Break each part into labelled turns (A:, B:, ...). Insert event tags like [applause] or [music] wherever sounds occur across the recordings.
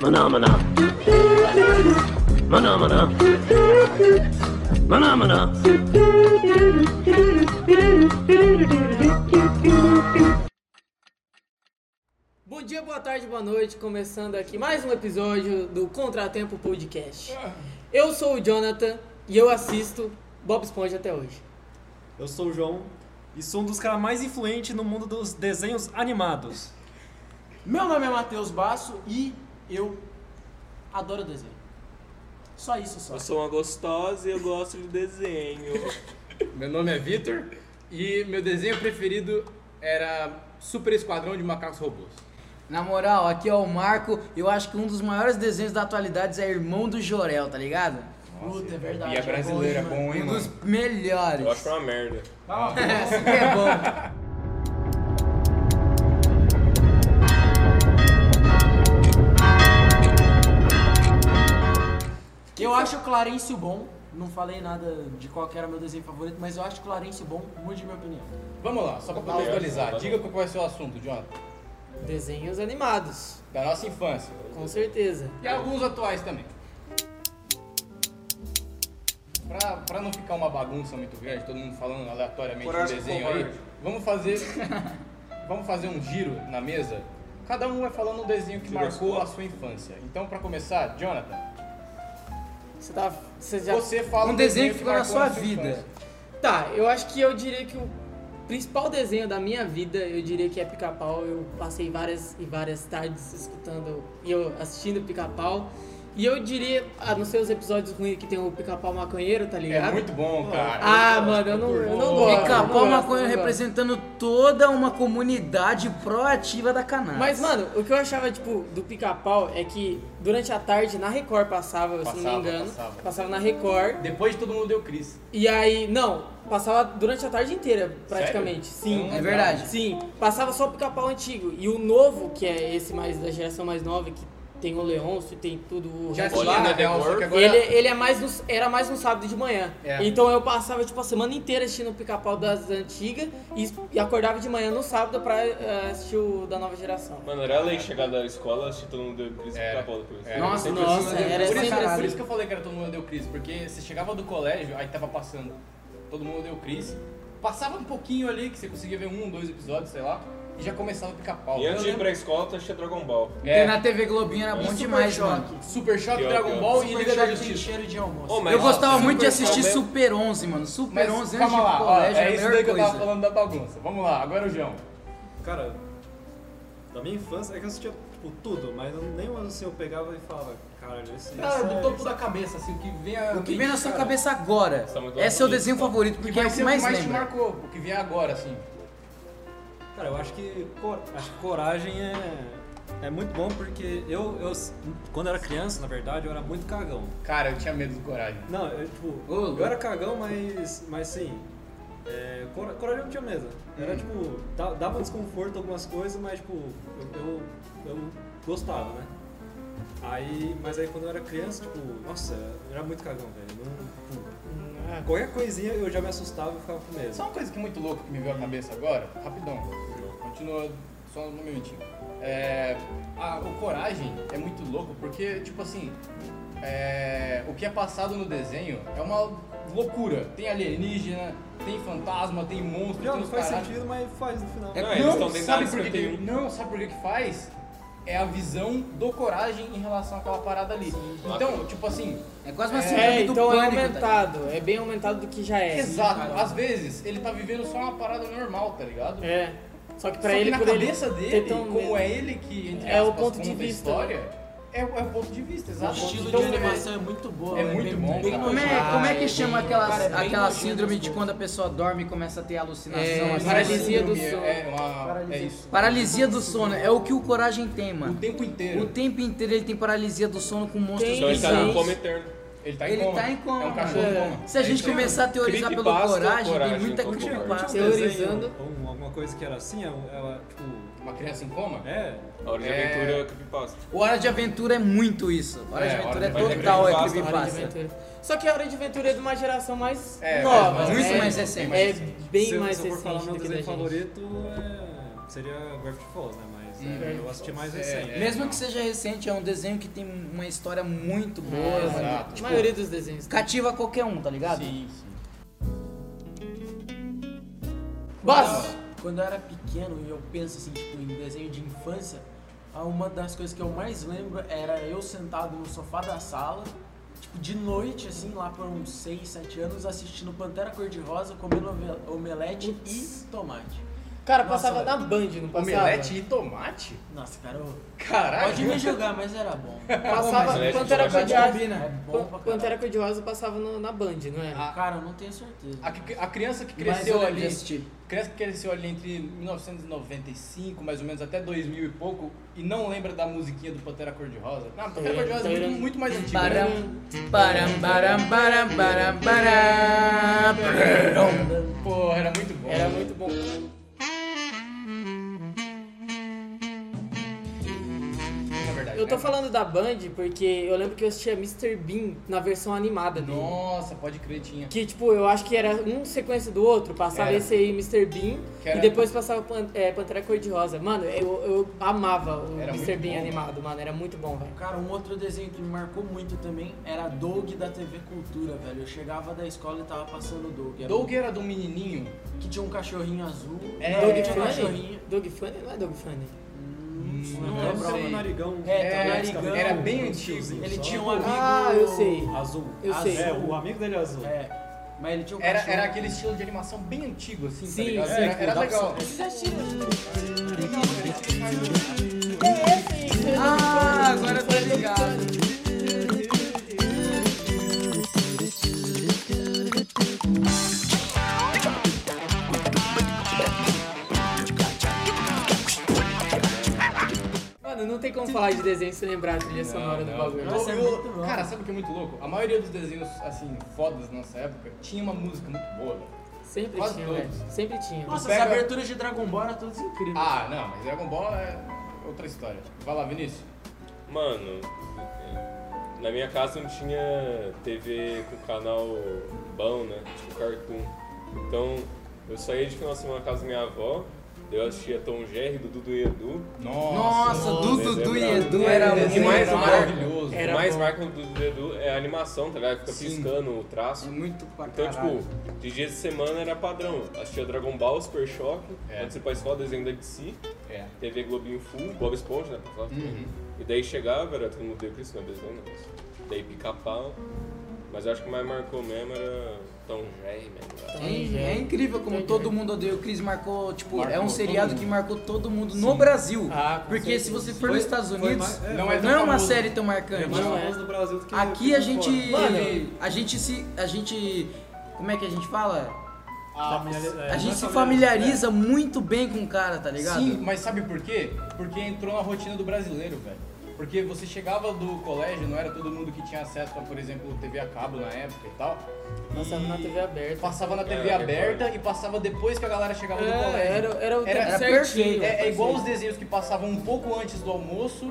A: Maná, maná. Maná, maná. Maná, maná.
B: Bom dia, boa tarde, boa noite. Começando aqui mais um episódio do Contratempo Podcast.
C: Ah.
B: Eu sou o Jonathan e eu assisto Bob Esponja até hoje.
D: Eu sou o João e sou um dos caras mais influentes no mundo dos desenhos animados.
E: Meu nome é Matheus Basso e eu adoro desenho. Só isso, só.
F: Eu sou uma gostosa e eu gosto de desenho.
C: Meu nome é Vitor e meu desenho preferido era Super Esquadrão de Macacos Robôs.
G: Na moral, aqui é o Marco. Eu acho que um dos maiores desenhos da atualidade é Irmão do Jorel, tá ligado?
E: Puta, é verdade.
C: E é brasileiro, é bom, hein,
G: Um dos
C: mano?
G: melhores.
F: Eu acho que é uma merda.
G: Esse que é bom.
E: Eu acho o Clarence bom. Não falei nada de qual que era meu desenho favorito, mas eu acho o Clarence bom. Mude minha opinião.
C: Vamos lá, só pra
G: Tá
C: contextualizar, diga qual vai ser o assunto, Jonathan.
B: Desenhos animados,
C: Da nossa infância.
B: com certeza.
C: E alguns atuais também. Pra, pra não ficar uma bagunça muito grande, todo mundo falando aleatoriamente de desenho aí,
G: [laughs]
C: vamos fazer. vamos fazer um giro na mesa. Cada um vai falando um desenho que marcou a sua infância. Então, pra começar, Jonathan,
B: Você tá. Você já.
C: você fala
G: Um desenho que ficou na
C: marcou
G: sua
C: sua
G: vida.
C: infância.
B: Tá, eu acho que eu diria que o principal desenho da minha vida, eu diria que é Pica-Pau. Eu passei várias e várias tardes escutando e eu assistindo Pica-Pau. E eu diria, ah, não sei os episódios ruins que tem o Pica-Pau maconheiro, tá ligado?
C: É muito bom, cara.
B: Ah, mano, eu não, eu não gosto.
G: Pica-pau
B: eu não gosto, eu
G: maconha
B: não gosto.
G: representando toda uma comunidade proativa da canal.
B: Mas, mano, o que eu achava, tipo, do pica-pau é que durante a tarde na Record passava, se não me
C: Passava,
B: engano.
C: passava.
B: na Record.
C: Depois todo mundo deu Cris.
B: E aí, não, passava durante a tarde inteira, praticamente.
C: Eu
B: Sim.
C: não
G: É verdade.
B: Sim, passava só o pica-pau antigo. E o novo, que é esse mais da geração mais nova, que tem o Leôncio e tem tudo o
C: Já
B: resto
C: tinha
B: lá,
C: na real, só que agora.
B: ele, ele é mais no- era mais no sábado de manhã.
C: É.
B: Então eu passava tipo a semana inteira assistindo o pica-pau das antigas e, e acordava de manhã no sábado pra eh, assistir o da nova geração.
F: Mano, era lei chegar da escola, acho que todo mundo deu crise e
C: É.
F: ficar pau depois.
C: É.
G: Nossa,
C: Sempre
B: nossa,
C: todo mundo deu
B: era
C: Cris. por,
B: sempre
C: isso, por
B: assim.
C: isso que eu falei que era todo mundo deu Cris, porque você chegava do colégio, aí tava passando, todo mundo deu Cris, passava um pouquinho ali, que você conseguia ver um, dois episódios, sei lá, e já começava a picar pau.
F: E antes de ir pra escola, tu assistia Dragon Ball.
G: Porque
C: é,
G: na TV Globinho era bom
E: Super
G: demais,
E: Choque.
G: mano.
C: Super Choque,
F: Pior,
C: Dragon
F: pior.
C: Ball e
E: Super
C: Liga da
E: Choque tem
C: Justiça.
E: cheiro de almoço.
F: Ô, mas-
G: Eu gostava
F: Super
G: muito de
F: Choque
G: assistir
F: é-
G: um Super 11, mano. Super
C: Mas
G: 11 antes
C: calma
G: de
C: lá, ó,
G: colégio
C: é
G: era a
C: isso daí
G: melhor
C: que eu tava
G: coisa.
C: falando da bagunça. Vamos lá, agora o João.
D: Cara, da minha infância é que eu assistia tipo, tudo, mas eu, nem assim eu pegava e falava, caralho, esse.
C: Cara,
D: esse
C: do
D: é-
C: topo da cabeça, assim, o que vem a...
G: O que vem na sua
C: cara,
G: cabeça agora
F: Tá muito
G: é seu
F: bonito.
G: desenho favorito,
C: que
G: porque é
C: vai
G: o que
C: ser o que
G: mais
C: mais te
G: lembra.
C: marcou, o que vem agora, assim.
D: Cara, eu acho que, cor- acho que coragem é, é muito bom porque eu, eu, quando eu era criança, na verdade, eu era muito cagão.
C: Cara, eu tinha medo do coragem.
D: Não, eu, tipo,
G: Ô,
D: eu
G: louco.
D: era cagão, mas, mas sim. É, cora- coragem eu não tinha mesa. Era tipo, da- dava desconforto algumas coisas, mas tipo, eu, eu, eu gostava, né? Aí, mas aí quando eu era criança, tipo, nossa, eu era muito cagão, velho. Não- tipo, Qualquer coisinha eu já me assustava e ficava com medo.
C: Ah. Só uma coisa que é muito louca que me veio à cabeça agora, rapidão. Continua só um minutinho. É, a- o coragem é muito louco porque, tipo assim, é, o que é passado no desenho é uma loucura. Tem alienígena, tem fantasma, tem monstro,
D: Não, não
C: tem os
D: faz
C: caralho.
D: sentido, mas faz no final.
F: É
D: Não,
F: eles estão
C: Não,
F: dentro da
C: sabe
F: área
C: por que que,
F: 51.
C: não, sabe por que que faz? É a visão do coragem em relação àquela parada ali. Então, tipo assim,
G: É quase
B: É,
G: uma síndrome do
B: então é
G: pânico. tá
B: aumentado, é bem aumentado do que já é.
C: exato. Às vezes, ele tá vivendo só uma parada normal, tá ligado?
B: É. Só que pra
C: Só que
B: ele,
C: na
B: por ele
C: cabeça
B: ter
C: dele,
B: tão
C: como
B: medo.
C: é ele que entre
B: É o
C: aspas,
B: ponto de
C: conta a
B: vista.
C: história, é, o- é o ponto de vista,
E: O
C: exato.
E: estilo
C: Então,
E: de animação é muito bom.
C: é muito bom,
E: bem
C: cara.
G: Como é,
E: nojento.
G: como é que chama aquela,
E: Cara, é bem
G: aquela
E: nojento
G: síndrome de
E: as coisas.
G: quando a pessoa dorme e começa a ter alucinação?
B: É,
G: assim?
B: paralisia do
C: é-
B: sono.
C: É, uma-
E: Paralisia.
C: é isso.
G: Paralisia do sono. É o que o coragem tem,
C: O
G: mano.
C: tempo
G: O
C: inteiro.
G: tempo inteiro ele tem paralisia do sono com monstros
B: Tem,
F: Então ele tá no
G: bizarros.
F: coma eterno.
C: Ele tá em
G: Ele
C: coma.
G: tá em coma,
C: É um cachorro em
B: é.
C: coma.
G: Se a gente começar a teorizar pelo
F: Creepypasta,
G: coragem,
F: coragem,
G: tem muita
F: então,
D: tinha-
F: coragem.
G: creepypasta.
D: tinha um
B: Teorizando.
D: desenho, um- alguma coisa que era assim, ela- ela, tipo,
C: Uma criança em coma?
D: é,
F: A hora de
C: É.
F: aventura, creepypasta.
G: O Hora de Aventura é muito isso. Hora
C: É,
G: de Aventura
C: Hora de
G: é
C: Aventura
G: total,
F: é
G: é
F: creepypasta.
B: Hora de
G: creepypasta.
B: Aventura. Só que a Hora de Aventura é de uma geração mais
C: É,
B: nova.
C: mas-
G: Muito
B: né?
G: mais recente.
B: É
C: recente.
B: bem
D: se eu-
B: mais
D: se eu for
B: recente
D: falar meu
B: do que da gente.
D: desenho favorito, é. seria Gravity Falls, né? Mas
C: Hum.
D: é, eu assisti mais
C: É,
D: recente.
C: é.
G: Mesmo que seja recente, é um desenho que tem uma história muito boa.
B: É,
C: exato.
B: A maioria dos desenhos.
G: Cativa qualquer um, tá ligado?
C: Sim, sim.
B: Boss!
E: Quando eu era pequeno e eu penso assim, tipo, em desenho de infância, ah, uma das coisas que eu mais lembro era eu sentado no sofá da sala, tipo, de noite, assim, lá por uns 6, 7 anos, assistindo Pantera Cor-de-Rosa, comendo ome- omelete
B: Putz.
E: e tomate.
B: Cara,
E: Nossa,
B: passava
E: velho.
B: na Band, não passava?
C: Omelete e tomate?
E: Nossa, cara, eu-
C: Caralho!
E: pode me julgar, mas era bom.
B: Passava
F: Omelete,
B: Pantera
F: eu acho que
B: Cor-de-Rosa.
E: combina. É bom pra
B: Pan- Pantera Cor-de-Rosa passava no- na Band, não era?
C: Ah,
E: Cara, eu não tenho certeza.
C: A, cri- a criança que
G: Mas
C: cresceu
G: eu
C: ali,
G: assisti.
C: criança que cresceu ali entre 1995, mais ou menos, até 2000 e pouco, e não lembra da musiquinha do Pantera Cor-de-Rosa. Não, Pantera
B: É,
C: Cor-de-Rosa
B: então
C: é muito,
B: era-
C: muito mais antiga. né?
G: Param, param, param, param, param, param.
C: Porra, era muito bom.
B: Era muito bom.
C: na verdade.
B: Eu tô
C: né?
B: falando da Band porque eu lembro que eu assistia Mr. Bean na versão animada dele.
C: Nossa, pode crer, tinha.
B: Que, tipo, eu acho que era um sequência do outro. Passava
C: Era.
B: esse aí, Mr. Bean,
C: Que era-
B: e depois passava Pan- é, Pantera Cor-de-Rosa. Mano, eu, eu amava o
C: Era
B: Mr.
C: muito
B: Bean
C: bom,
B: animado, mano. Era muito bom, velho.
E: Cara, um outro desenho que me marcou muito também era Doug da TV Cultura, velho. Eu chegava da escola e tava passando Doug. Era
C: Doug era do menininho.
E: um- Que tinha um cachorrinho azul.
C: É,
E: Doug
B: Doug
E: tinha um
B: Funny?
E: cachorrinho.
B: Doug Funny? Não é Doug Funny?
E: Hum,
D: Não,
E: não
D: era
E: lembro.
D: só
C: sei.
D: um narigão.
E: É, tem um
C: era-
E: narigão.
C: era bem
D: um
C: antigo.
D: tiozinho
E: Ele
D: só.
E: tinha um amigo.
B: Ah, eu sei.
D: Azul.
B: Eu
E: Azul.
B: sei.
D: É, o amigo dele é azul.
E: É. Mas ele tinha um
C: Era,
E: cachorro.
C: era aquele estilo de animação bem antigo, assim,
B: Sim,
C: tá ligado?
B: sim.
C: era era
D: Dá pra
C: legal.
G: Ah, agora eu tô ligado.
B: Mano, não tem como falar de desenho sem lembrar a trilha sonora do
C: não.
B: bagulho.
C: Eu-
E: Nossa, é
C: eu-
E: muito bom.
C: cara, sabe o que é muito louco? A maioria dos desenhos, assim, fodas da nossa época, tinha uma música muito boa, velho.
B: Sempre
C: Quase
B: tinha,
C: todos.
B: velho. Sempre tinha.
E: Nossa,
C: Pega-
E: as aberturas de Dragon Ball eram todas incríveis.
C: Ah, não, mas Dragon Ball é outra história. Vai lá, Vinícius.
F: Mano, na minha casa não tinha TV com canal bom, né? Tipo Cartoon. Então eu saía de final de semana na casa da minha avó, eu assistia Tom Jerry, Dudu do Edu.
G: Nossa, Dudu, Dudu e Edu era
C: Esse
G: muito
C: desenho
F: mais
C: era
F: uma-
C: maravilhoso.
B: Era
F: o mais
B: bom.
F: marca do Dudu do Edu é a animação, tá ligado? Fica
C: Sim.
F: piscando o traço.
G: Muito pra
F: Então,
G: caralho.
F: tipo, de dia de semana era padrão. Assistia Dragon Ball, Super Choque,
C: É.
F: antes de ir pra escola, desenho da DC,
C: É.
F: TV Globinho Full, Bob Esponja, né? pra falar também. E daí chegava, era todo mundo deu Cristo na desenho, né? Daí pica-pau. Mas eu acho que o mais marcou mesmo era Tom Jerry, né, mesmo.
G: É, in- é incrível como todo mundo odeia o Chris marcou, tipo,
C: Marcou
G: é um
C: todo
G: seriado
C: mundo.
G: que marcou todo mundo no Brasil.
B: Ah, com
G: porque se
B: certeza.
G: você for
C: Foi-
G: nos Estados
C: foi
G: Unidos,
C: mais- é,
G: não,
C: foi
G: é,
C: mais
G: uma
C: famoso.
G: série tão
D: É
G: marcante.
D: mais
B: Não é.
D: famoso no Brasil do que
G: Aqui a gente
B: Mano.
G: a gente se a gente como é que a gente fala?
D: A
G: a gente se familiariza muito bem com o cara, tá ligado?
C: Sim, mas sabe por quê? Porque entrou na rotina do brasileiro, velho. Porque você chegava do colégio, não era todo mundo que tinha acesso a, por exemplo, TV a cabo na época e tal.
B: Passava
C: E
B: na TV aberta.
C: Passava na TV
F: Era,
C: aberta e passava depois que a galera chegava do
B: É,
C: colégio.
B: era, era o tempo
C: Era- era
B: certinho.
C: É, é igual os desenhos que passavam um pouco antes do almoço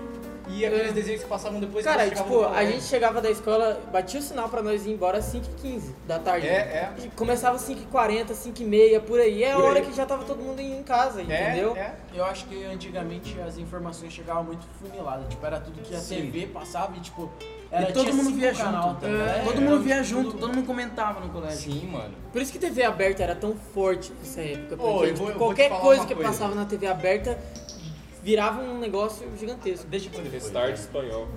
C: e aqueles desenhos que passavam depois que
B: É. Cara,
C: você chegava
B: tipo,
C: do
B: a
C: colégio.
B: gente chegava da escola, batia o sinal pra nós ir embora às 5h15 da tarde.
C: É, é.
B: E começava às 5h40, 5h30, por aí. É
C: Por
B: a hora
C: aí.
B: que já tava todo mundo em casa, entendeu?
C: É, é.
E: Eu acho que antigamente as informações chegavam muito funiladas. Tipo, era tudo que a
C: Sim.
E: TV passava e, tipo, era
G: e todo
E: tinha
G: mundo
E: cinco
G: via
E: canal,
G: junto.
E: tá ligado?
G: É,
E: Era,
G: todo mundo
E: tipo,
G: via
E: tudo-
G: junto, todo mundo comentava no colégio.
C: Sim, mano.
B: Por isso que TV aberta era tão forte nessa época. Porque
C: Ô, eu
B: tipo,
C: vou- eu vou te
B: qualquer
C: falar
B: coisa
C: uma
B: que
C: coisa.
B: passava na TV aberta virava um negócio gigantesco.
C: Deixa pra depois.
F: Restart espanhol.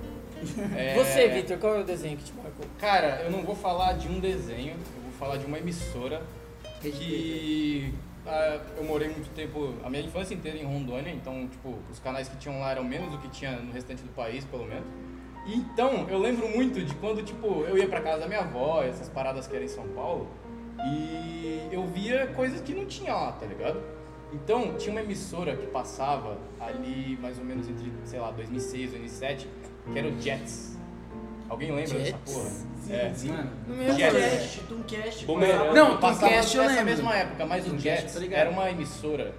C: É,
B: Você, Vitor, qual é o desenho que te marcou?
C: Cara, eu não vou falar de um desenho, eu vou falar de uma emissora que ah, eu morei muito tempo, a minha infância inteira em Rondônia, então, tipo, os canais que tinham lá eram menos do que tinha no restante do país, pelo menos. E Então, eu lembro muito de quando, tipo, eu ia pra casa da minha avó, essas paradas que eram em São Paulo, e eu via coisas que não tinha lá, tá ligado? Então, tinha uma emissora que passava ali mais ou menos entre, sei lá, 2006, 2007, que era o Jets. Alguém lembra dessa
G: Jets?
C: porra? é.
G: Mano.
B: Meu
C: Jets.
B: Deus.
E: Tomcast, Tomcast.
F: Bumerangue.
G: Não,
C: Passava
G: Tomcast eu
C: nessa
G: lembro.
C: mesma época, mas o
G: Tomcast,
C: Jets
G: tô ligado.
C: era uma emissora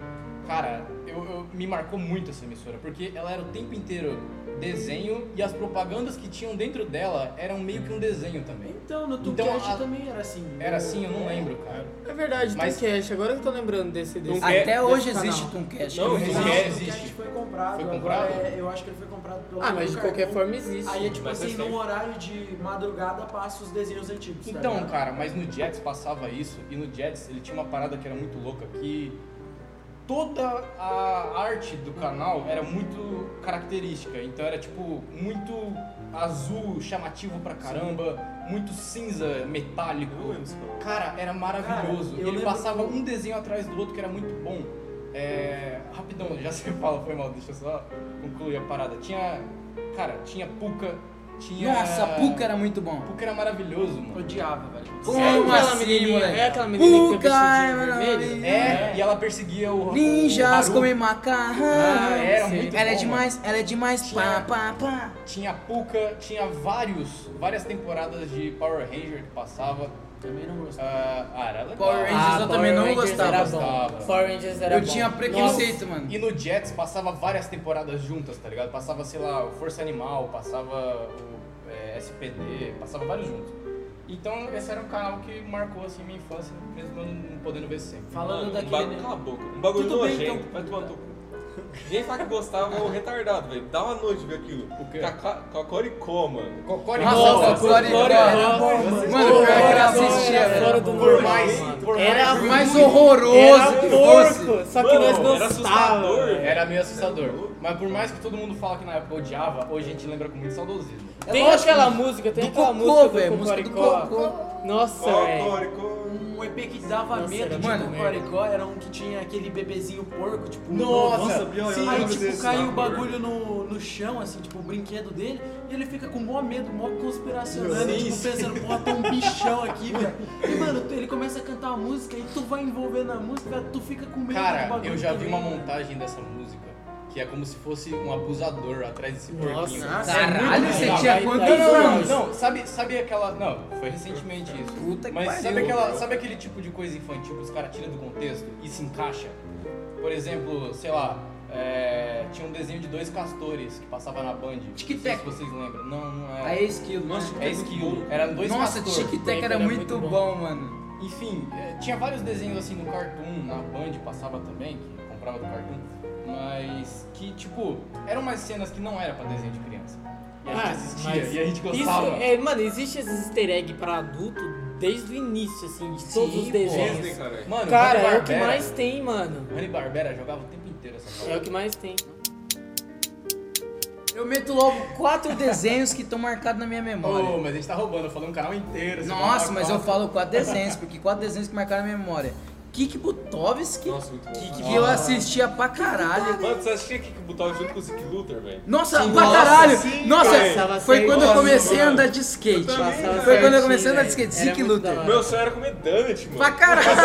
C: Cara, eu, eu- me marcou muito essa emissora, porque ela era o tempo inteiro desenho e as propagandas que tinham dentro dela eram meio que um desenho também.
E: Então, no
C: Então,
E: Tucast
C: a-
E: também era assim.
C: Era assim, eu não lembro, cara.
B: É verdade,
C: Mas-
B: Mas... Cash, agora que eu tô lembrando desse desse.
F: Até
G: Até hoje
B: canal.
G: existe Tomcast.
F: Não,
C: Eu
F: existe.
C: não
E: Não,
C: lembro.
E: o Tucast foi comprado.
C: Foi
E: agora
C: comprado?
E: é- eu acho que ele foi comprado pelo.
B: Ah, mas de
E: Cartoon.
B: qualquer forma existe.
E: Aí é tipo
F: Mas
E: assim,
F: recente.
E: num horário de madrugada passa os desenhos antigos. tá
C: Então,
E: ligado?
C: cara, mas no Jets passava isso, e no Jets ele tinha uma parada que era muito louca, que toda a arte do canal era muito característica, então era tipo muito azul chamativo pra caramba, muito cinza metálico.
F: Eu não lembro se falou.
C: Cara, era maravilhoso.
E: Cara, eu
C: ele
E: lembro
C: passava
E: que-
C: um desenho atrás do outro que era muito bom. É, Rapidão, [laughs] já você fala, foi mal, deixa eu só concluir a parada. Tinha. Cara, tinha Puka, tinha.
G: Nossa, Puka era muito bom.
C: é- Puka era maravilhoso, mano.
E: Odiava, velho.
G: Como
B: é aquela
G: assim,
B: menininha,
G: moleque?
B: é aquela menininha que fica
G: Puka,
B: vestidinha de
G: é
B: vermelho?
C: É, e ela perseguia o.
G: Ninjas
C: o Haru.
G: comem macarrão.
C: Ah, era
B: Sim.
C: muito
G: ela é
C: bom,
G: demais, ela é demais. Pá, pá, pá.
C: mano. Tinha Puka, tinha vários, várias temporadas de Power Ranger que passava.
E: Também não gostava.
C: Ah, ah, era legal.
G: Power Rangers é um
B: Ah,
G: eu
B: Power
G: também não
B: Rangers
G: gostava.
B: Era
C: Gostava.
B: bom. Power Rangers era
G: eu
B: bom.
G: tinha preconceito, mano.
C: E no Jets passava várias temporadas juntas, tá ligado? Passava, sei lá, o Força Animal, passava o é, SPD, passava vários juntos. Então esse era um canal que marcou assim minha infância, mesmo eu não podendo ver sempre.
E: Falando
F: Mano, um
E: daquele. né?
F: bagulho- Cala a boca. Um bagulho
E: Tudo bem,
F: nojento.
E: então.
F: Vai tomar no teu cu. Ninguém fala que gostava, é um retardado, velho. Dava noite ver aquilo.
C: O quê?
F: Cacá- Cocoricó, mano.
C: Cocore
G: Nossa,
C: Rosa.
G: Cocore- Cocore-
B: era bom,
G: Mano,
B: Mano,
G: pior que eu
B: era
G: assistia, velho.
B: fora do
C: Por
B: normal.
C: mais, por
B: Era
C: mais,
G: mais horroroso
B: Era
G: que fosse.
B: porco, só que
F: Mano,
B: nós
F: era
B: gostávamos.
F: assustador.
C: Era meio assustador. Mas por mais que todo mundo fala que na época odiava, hoje a gente lembra com muito saudosismo.
G: É
B: Tem
G: lógico,
B: aquela
G: mano.
B: música, tem
G: Do
B: aquela
G: Cocô,
B: música do
G: velho, música do
B: Cocoricó.
G: Cocô.
B: Nossa, velho.
F: Cocoricó.
E: Um EP que dava
B: Nossa,
E: medo
B: era
E: de
G: muito
E: Cocoricó era um que tinha aquele bebezinho porco, tipo.
C: Nossa,
D: pior, eu
E: Aí,
D: lembro
E: tipo,
D: desse.
E: cai o bagulho no, no chão, assim, tipo, o brinquedo dele, e ele fica com mó medo, mó conspiracionando,
F: Sim,
E: tipo,
F: sim.
E: pensando, pô, tem um
C: [laughs]
E: bichão aqui, velho. E, mano, tu- ele começa a cantar a música, e tu vai envolvendo a música, tu fica com medo do
C: Cara,
E: bagulho
C: eu já vi
E: também. né?
C: uma montagem dessa música que é como se fosse um abusador atrás desse porquinho.
B: Nossa,
G: Caralho,
B: muito
G: você
B: legal.
G: tinha
B: Vai-
G: quantos
B: vai-
C: Não, não,
G: anos?
C: não, não, sabe, sabe aquela. Não, foi recentemente isso.
G: Puta que
C: Mas
G: pariu.
C: sabe, aquela, sabe aquele tipo de coisa infantil que os caras tiram do contexto e se encaixa? Por exemplo, sei lá, é, tinha um desenho de dois castores que passava na Band.
G: Tic
C: Não sei
G: Tac.
C: se vocês lembram. Não, não é.
F: Tá,
G: Aí é esquilo, né?
C: É esquilo. Eram dois
G: Nossa, é
C: castores.
G: Tic Tac era
B: era
G: muito
B: muito
G: bom, mano.
C: Enfim, é, tinha vários desenhos assim no Cartoon, na Band passava também, que eu comprava do Cartoon, mas que, tipo, eram umas cenas que não era pra desenho de criança. E a gente
B: Ah,
C: assistia,
B: mas
C: e a gente
B: Isso,
C: gostava.
B: é, mano, existe esses easter egg pra adulto desde o início, assim, de todos
G: Sim,
B: os
G: pô.
F: Disney,
B: desenhos.
F: cara.
C: Mano,
B: Cara, é o que
C: Hanna-Barbera-
B: mais tem, mano.
C: Hanna-Barbera jogava o tempo inteiro essa
B: É o
C: parada.
B: que mais tem.
G: Eu meto logo quatro desenhos que estão marcados na minha memória.
C: Ô, mas a gente tá roubando, falando um canal inteiro. você
G: Nossa,
C: fala
G: mas eu
C: quatro.
G: falo quatro desenhos, porque quatro desenhos que marcaram a minha memória. Kik Butovski,
F: Nossa, muito bom.
G: que eu assistia pra caralho.
F: Mano, você assistia Kick Butal junto com o Sick Luther, velho?
G: Nossa,
B: Sim,
G: pra
B: nossa,
G: caralho!
B: sim,
G: nossa,
B: velho. Passava
G: foi
B: sem
G: quando eu
B: bosta,
G: comecei a
F: mano.
G: andar de skate.
B: Passava
G: Foi quando eu
B: certinho,
G: comecei a andar de
B: velho.
G: skate,
B: Era
G: Sick
B: muito
G: Luther.
E: Ah.
B: da hora.
F: Meu sonho era comer donut, mano.
G: Pra caralho!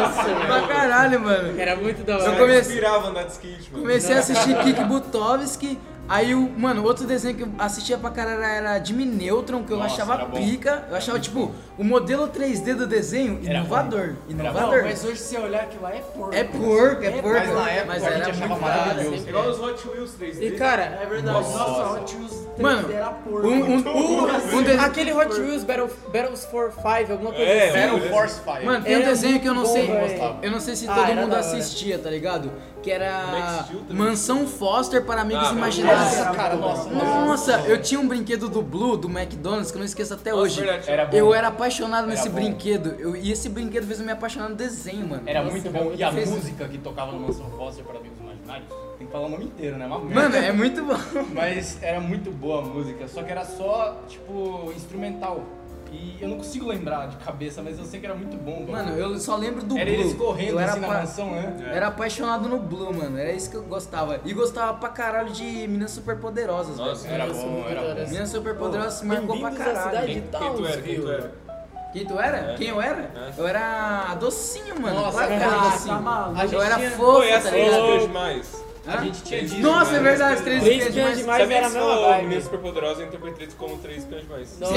B: Nossa,
G: Pra
B: velho.
G: caralho, mano.
B: Era muito da
G: Eu
B: hora.
G: comecei-
F: Eu inspirava andar de skate, mano.
G: Comecei a assistir Kik Butovski. Aí, o, mano, outro desenho que eu assistia pra caralho era Jimmy Neutron, que eu
C: Nossa, era
G: achava
C: bom.
G: pica. Eu achava, tipo, o modelo 3D do desenho
C: Era
G: inovador.
E: Não,
G: Inovador.
E: mas hoje se você olhar aquilo lá é porco.
G: É porco, é porco.
C: Mas na época
G: mas
C: a
G: era
C: gente achava
G: muito assim.
C: maravilhoso.
F: Igual os Hot Wheels 3D.
B: E cara,
E: É verdade. Nossa,
C: Nossa.
E: Hot Wheels 3D
G: Mano,
E: era
G: Um,
E: porco.
G: um, um, um de-
B: aquele Hot Wheels Battle, Battles for Five, alguma coisa
F: É,
B: assim.
F: era
C: Battle Force Fire.
G: Mano, tem um
B: Era
G: desenho
B: muito
G: que eu não
B: bom,
G: sei.
B: velho.
G: Eu não sei se
B: Ah,
G: todo
B: era
G: mundo
B: da hora.
G: assistia, tá ligado? Que
F: Max
G: era
F: Steel também.
G: Mansão Foster para Amigos
F: Ah,
G: Imaginários.
C: nossa, cara, nossa.
G: Nossa, eu tinha um brinquedo do Blue, do McDonald's, que eu não esqueço até
F: Nossa,
G: hoje.
F: verdade.
C: Era bom.
G: Eu era apaixonado nesse
C: bom.
G: brinquedo. Eu, e esse brinquedo fez eu me apaixonar no desenho, mano.
C: Era
B: Nossa,
C: muito
B: era
C: bom.
B: muito
C: E a
G: fez-
C: música que tocava no Mansão Foster para Amigos Imaginários, tem que falar o nome inteiro, né? É Uma merda.
G: Mano, é muito bom. [laughs]
C: Mas era muito boa a música, só que era só, tipo, instrumental. E eu não consigo lembrar de cabeça, mas eu sei que era muito bom. velho.
G: Mano, eu só lembro do
C: era
G: Blue.
C: eles correndo
G: eu era
C: assim na
G: apa-
C: mansão, né?
G: eu Era apaixonado no Blue, mano. Era isso que eu gostava. E gostava pra caralho de Minas Superpoderosas, velho.
F: Nossa,
C: Era
B: Eu sou
C: bom,
B: muito
C: era
B: da hora.
C: bom.
G: Minas Superpoderosas se marcou pra
B: Bem-vindos à
G: caralho.
B: cidade de
F: Quem, quem tu era? Quem tu é?
B: Townsville.
F: era?
G: Quem tu era?
F: É.
G: Quem eu era?
F: É.
G: Eu era a docinho, mano.
C: Nossa,
G: Claro que eu
C: cara,
G: era
E: Ah,
G: docinho.
E: tá maluco.
G: Eu era
C: tinha-
G: fofo,
F: Pô, essa
G: tá
F: é
G: ligado?
F: demais.
G: Hã?
D: A gente tinha
F: Nossa,
D: dito.
G: Nossa, é
D: né?
G: verdade, três
B: Três
G: espiãs
B: espiãs
G: demais.
B: demais. Mas
F: Sabe
B: era
F: que
B: a mesma
F: sou
B: vibe.
F: menina super poderosa, eu interpretei isso como três espiãs demais.
B: Nossa.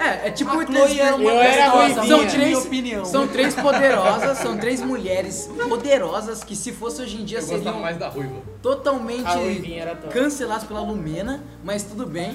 G: É, é tipo
E: A
G: o
E: Chloe era uma
B: Eu era
E: gostosa,
B: ruivinha.
E: são
G: São
B: minha
E: três
G: três,
E: opinião.
G: são três poderosas, são três mulheres poderosas que se fosse hoje em dia
C: Eu gostava
G: seriam
C: mais da ruiva.
G: totalmente
B: A Ruivinha era top.
G: canceladas pela Lumena, mas tudo bem.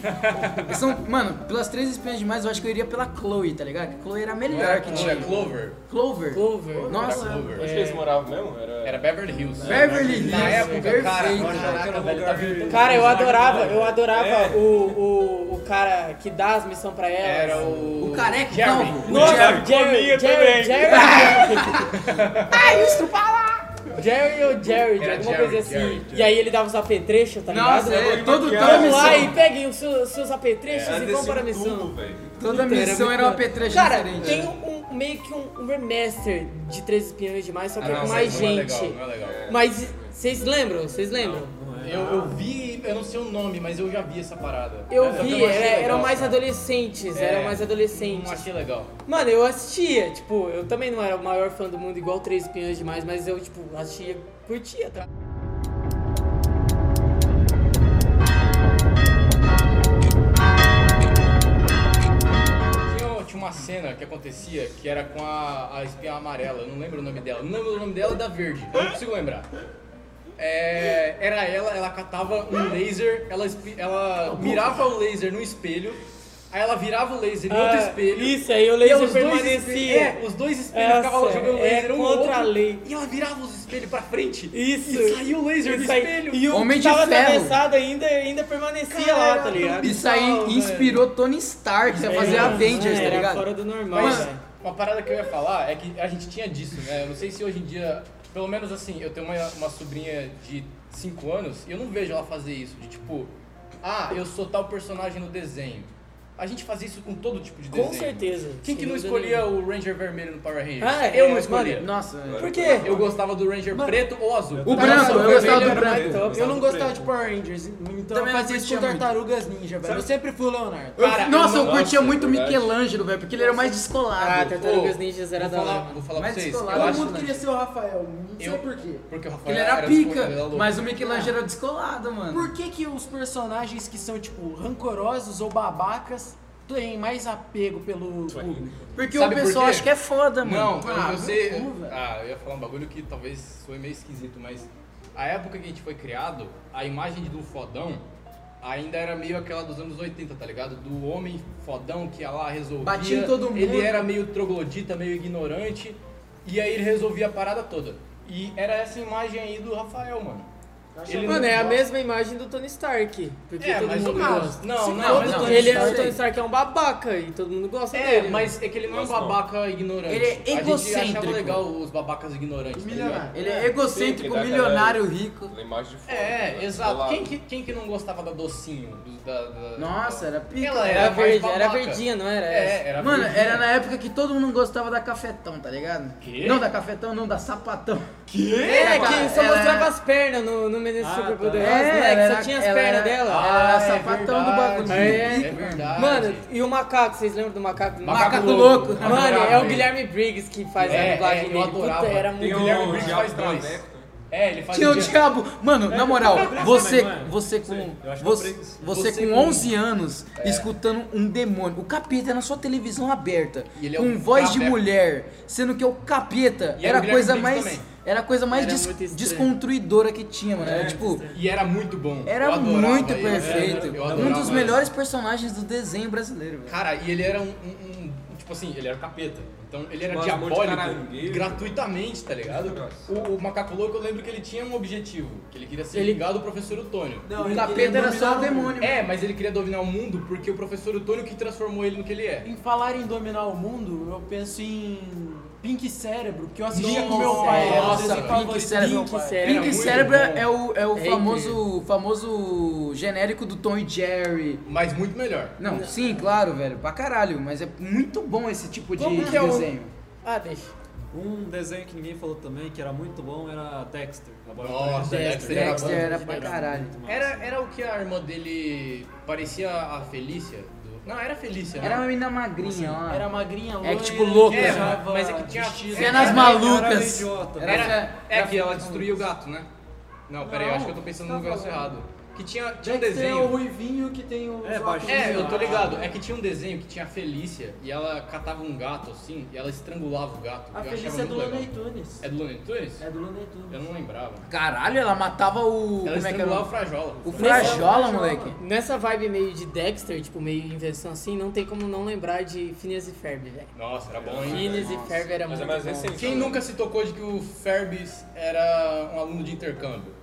G: São, mano, pelas três espiãs demais, eu acho que eu iria pela Chloe, tá ligado? Que Chloe era a
C: Não
G: melhor
C: era
G: que
C: que
G: tinha.
C: tinha É, Clover?
G: Clover.
B: Clover.
G: Nossa.
C: Era Clover.
F: Onde que eles moravam mesmo? Era...
C: Era Beverly Hills.
G: Beverly
C: Na
G: Hills,
C: época, cara,
G: perfeito.
C: olha, caraca,
D: Caraca,
C: velho, tá
D: lugar-
C: vindo-
B: Cara, eu adorava, eu adorava
C: É.
B: o, o, o cara que dá as missões pra ela.
C: Era o...
G: O careca,
C: Jeremy.
G: calvo.
B: Nossa,
F: Jerry,
B: Jerry,
F: Jerry,
B: Jerry,
F: Jerry.
B: Jerry.
C: [laughs]
B: Ai, estrupar lá! Jerry ou Jared,
C: Era
B: alguma
C: Jerry,
B: coisa assim.
C: Jerry, Jerry.
B: E aí ele dava os apetrechos, tá
G: Nossa,
B: ligado?
G: é, todo, toda
F: maquiagem.
B: Vamos lá
G: missão,
B: e peguem os seus, seus apetrechos
F: Era
B: e vão
F: desse
B: para a
F: tubo,
B: missão.
F: velho.
G: toda
B: Puta, era
G: missão
B: muito
G: era um
B: bom.
G: apetrecho
B: Cara,
G: diferente. né?
B: tem um, um- meio que um, um remaster de Três Espiões Demais, só
C: Ah,
B: que
C: não,
B: com
C: não,
B: mais
C: não é
B: gente.
C: legal, não é legal.
B: Mas vocês lembram? Vocês lembram?
C: Eu, eu vi, eu não sei o nome, mas eu já vi essa parada.
B: Eu
C: Só que
B: vi,
C: não achei
B: era-
C: legal,
B: eram mais
C: cara.
B: adolescentes,
C: É,
B: eram mais
C: Não
B: adolescentes.
C: achei legal.
B: Mano, eu assistia, tipo, eu também não era o maior fã do mundo igual Três Espiões Demais, mas eu, tipo, assistia, curtia, tá?
C: Tinha, tinha uma cena que acontecia que era com a, a espiã amarela, eu não lembro o nome dela. Não lembro o nome dela e da verde, eu não consigo lembrar. É, era ela, ela catava um laser, ela, espi- ela mirava o laser no espelho, aí ela virava o laser em outro
B: Ah,
C: espelho.
B: Isso aí, o
C: e
B: laser
C: os dois espelhos,
B: permanecia.
C: é, os dois espelhos
B: Essa,
C: ficavam jogando
B: é
C: laser um no
B: contra
C: outro,
B: a lei.
C: E ela virava os espelhos pra frente.
B: Isso.
C: E saiu o laser do
B: Isso aí.
C: espelho.
B: E o
G: Homem
B: que
G: de
B: tava
G: Ferro.
B: atravessado ainda, ainda permanecia lá, tá
C: Caraca,
B: ligado?
G: Isso aí inspirou Tony Stark a fazer
B: É,
G: Avengers,
B: é,
G: tá
B: era
G: ligado?
B: fora do normal,
C: Mas
B: velho.
C: uma parada que eu ia falar é que a gente tinha disso, né? Eu não sei se hoje em dia, pelo menos assim, eu tenho uma, uma sobrinha de 5 anos e eu não vejo ela fazer isso, de tipo, ah, eu sou tal personagem no desenho. A gente fazia isso com todo tipo de
B: Com
C: desenho.
B: certeza.
C: Quem que
B: sem
C: não
B: dúvida
C: escolhia
B: nenhuma.
C: o Ranger vermelho no Power Rangers?
B: Ah, é,
C: eu não
B: mano,
C: escolhia.
G: Nossa, velho.
B: Por quê?
C: Eu gostava do Ranger preto ou azul.
G: O branco, eu gostava do
F: era mais
G: branco.
F: top.
E: Eu não gostava de Power Rangers, então
G: Também
E: eu
G: não
E: fazia isso com
G: curtia muito.
E: Tartarugas Ninja, velho. Eu sempre fui o Leonardo.
G: Eu-
C: Cara,
G: nossa, eu
F: não-
G: curtia
F: Nossa,
G: muito
F: é verdade.
G: Michelangelo, velho, porque ele era o mais
B: Ah,
G: descolado.
B: Tartarugas
C: Ô,
B: Ninjas era
C: vou
B: da hora.
C: falar,
B: mano.
C: vou falar pra
G: Mas
C: Ah, vocês. Eu
G: descolado.
E: Todo
C: acho,
E: mundo queria ser o Rafael, não sei
C: Eu-
E: por quê.
C: porque o Rafael
G: ele era
C: escolhido, ele era é
G: pica,
C: louco.
G: mas o Michelangelo era descolado, mano.
E: Por que que os personagens que são, tipo, rancorosos ou babacas têm mais apego pelo público?
G: Porque
C: Sabe
G: o
C: por
G: pessoal
C: quê?
G: acha que é foda,
C: Não,
G: mano.
C: eu- eu,
E: meu
C: sei.
E: cu, velho.
C: ah, eu ia falar um bagulho que talvez soe meio esquisito, mas a época que a gente foi criado, a imagem do fodão ainda era meio aquela dos anos 80, tá ligado? Do homem fodão que ia lá resolvia.
G: Batia em todo
C: Ele
G: mundo.
C: era meio troglodita, meio ignorante, e aí ele resolvia a parada toda. E era essa imagem aí do Rafael, mano. Ele
B: Mano,
C: não
B: é a
C: gosta.
B: mesma imagem do Tony Stark. Porque
C: É,
B: todo
C: mas
B: mundo
C: não,
B: gosta.
C: não,
B: Se
C: não,
B: for
C: mas
B: do
C: não.
B: Tony Ele é
G: Stark.
B: o Tony Stark, é um babaca e todo mundo gosta
C: É,
B: dele.
C: mas é que ele não é um
F: Gosto não.
C: babaca ignorante.
G: Ele é
C: A gente
G: egocêntrico.
C: achava legal os babacas ignorantes. tá ligado?
E: Milionário.
G: Ele é egocêntrico,
F: Sim, que dá
G: milionário, rico.
F: Na imagem de fora.
C: É,
F: né?
C: exato.
F: Colado.
C: Quem que, quem que não gostava da docinho? Dos- Da, da-
G: Nossa, era
C: Ela
G: pica.
C: é-
B: Era
C: era mais
B: verde, era
C: babaca.
B: verdinha, né? não era? essa?
C: É, era
G: Mano,
C: verdinha.
G: era na época que todo mundo gostava da cafetão, tá ligado?
C: Quê?
G: Não, da cafetão, não, da
C: [laughs]
G: sapatão.
B: É,
G: Era,
B: que só
G: ela
B: mostrava
G: era-
B: as pernas no, no Menino
D: Ah,
B: Super
D: tá.
B: Poderoso, né?
G: É,
B: Que
G: ela
B: só tinha as
G: era-
B: pernas dela.
G: Ah,
C: Ah,
G: era sapatão do
C: verdade,
G: bagulho.
B: É.
C: É verdade.
B: Mano, e o macaco, vocês lembram do macaco?
G: Macaco louco.
B: Mano,
C: Adorava
B: é o
C: ele.
B: Guilherme Briggs que faz
C: É,
B: a dublagem
C: é, eu
B: dele.
C: adorava. um-
B: Puta, era
F: Tem
B: muito
G: um
C: O
F: o
C: Guilherme
F: Guilherme
C: Briggs faz
F: faz
C: dois. É, ele faz
G: Tinha o
B: um
C: dia-
G: diabo. Mano, na moral,
D: eu
G: você,
D: também, não é?
G: você com,
D: Sei, eu acho que eu
G: você,
D: aprendi isso.
G: você
C: Você
G: com
C: com- É.
G: 11 anos escutando um demônio, o capeta na sua televisão aberta,
C: E ele é
G: com
C: um
G: voz de
C: capeta.
G: mulher, sendo que o capeta
C: E
G: era
C: era o
G: a
C: Guilherme
G: coisa
C: Briggs
G: mais
C: também.
G: era a coisa mais
B: Era
G: des-
B: muito estranho.
G: desconstruidora que tinha, mano. Era tipo
C: E era muito bom. É, Eu
G: era
C: adorava
G: muito
C: ele.
G: perfeito.
C: Eu
G: um
C: adorava
G: dos
C: ele.
G: melhores personagens do desenho brasileiro, velho.
C: Cara, e ele era um, um- um- Tipo assim, ele era capeta. Então ele era
F: Nossa, um monte de
C: diabólico
F: caranguejo.
C: gratuitamente, tá ligado?
F: Nossa.
C: O, o macaco louco, eu lembro que ele tinha um objetivo. Que ele queria ser
B: Ele-
C: ligado ao professor Otônio.
G: o capeta era só o demônio.
C: É, mas ele queria dominar o mundo porque o professor Otônio que transformou ele no que ele é.
E: Em falar em dominar o mundo, eu penso em Pink Cérebro, que eu assistia
B: Pink
E: com meu pai. era o
G: Nossa,
E: desenho
G: Pink
E: favorito
G: Cérebro,
E: do meu
B: Pink
E: pai.
B: Cérebro.
C: Era
G: Pink
C: muito
G: Cérebro
C: bom.
G: é o, é o
B: É
G: famoso, famoso genérico do Tom e Jerry.
C: Mas muito melhor.
G: Não, sim, claro, velho, pra caralho, mas é muito bom esse tipo de,
B: Como
G: de
B: que é o-
G: desenho.
B: Ah, deixa.
D: Um desenho que ninguém falou também, que era muito bom, era Dexter. A Bárbara
C: Nossa,
D: Streisand.
C: Dexter, era
G: Dexter
C: bom.
G: era pra caralho.
D: muito massa.
C: Era, era o que a irmã dele parecia a Felícia? do- Não, era a Felícia, né?
G: Era uma menina magrinha, ó.
E: Era magrinha,
G: É
E: loira,
G: que, tipo, louca.
C: É,
E: usava
C: mas é que tinha-
E: vestido.
C: Era-
G: Cenas
C: era-
G: malucas.
D: era idiota,
G: Era-
C: Era- é que ela destruiu o gato, né? Não, peraí, eu acho que eu tô pensando no negócio
E: tá
C: errado. Que tinha, tinha
E: é
C: um desenho.
E: Tem o Ruivinho que tem o.
D: É, baixinho.
C: É, eu tô ligado. É que tinha um desenho que tinha a Felícia e ela catava um gato assim e ela estrangulava o gato.
E: A
C: eu
E: Felícia
C: achava
E: é do
C: muito legal.
E: Looney Tunes.
C: É do Looney Tunes?
E: É do Looney Tunes.
C: Eu não lembrava.
G: Caralho, ela matava o. como é
C: Ela
G: que era?
C: estrangulava o
G: O
C: Frajola. assim.
G: o
E: Frajola.
G: Frajola, moleque.
B: Nessa vibe meio de Dexter, tipo, meio invenção assim, não tem como não lembrar de Phineas e Ferb, velho.
C: Nossa, era bom, hein?
B: Phineas e Ferb era
F: Mas
B: muito
F: é mais
B: bom.
F: recente.
C: Quem
F: né?
C: nunca se tocou de que o Ferbis era um aluno de intercâmbio?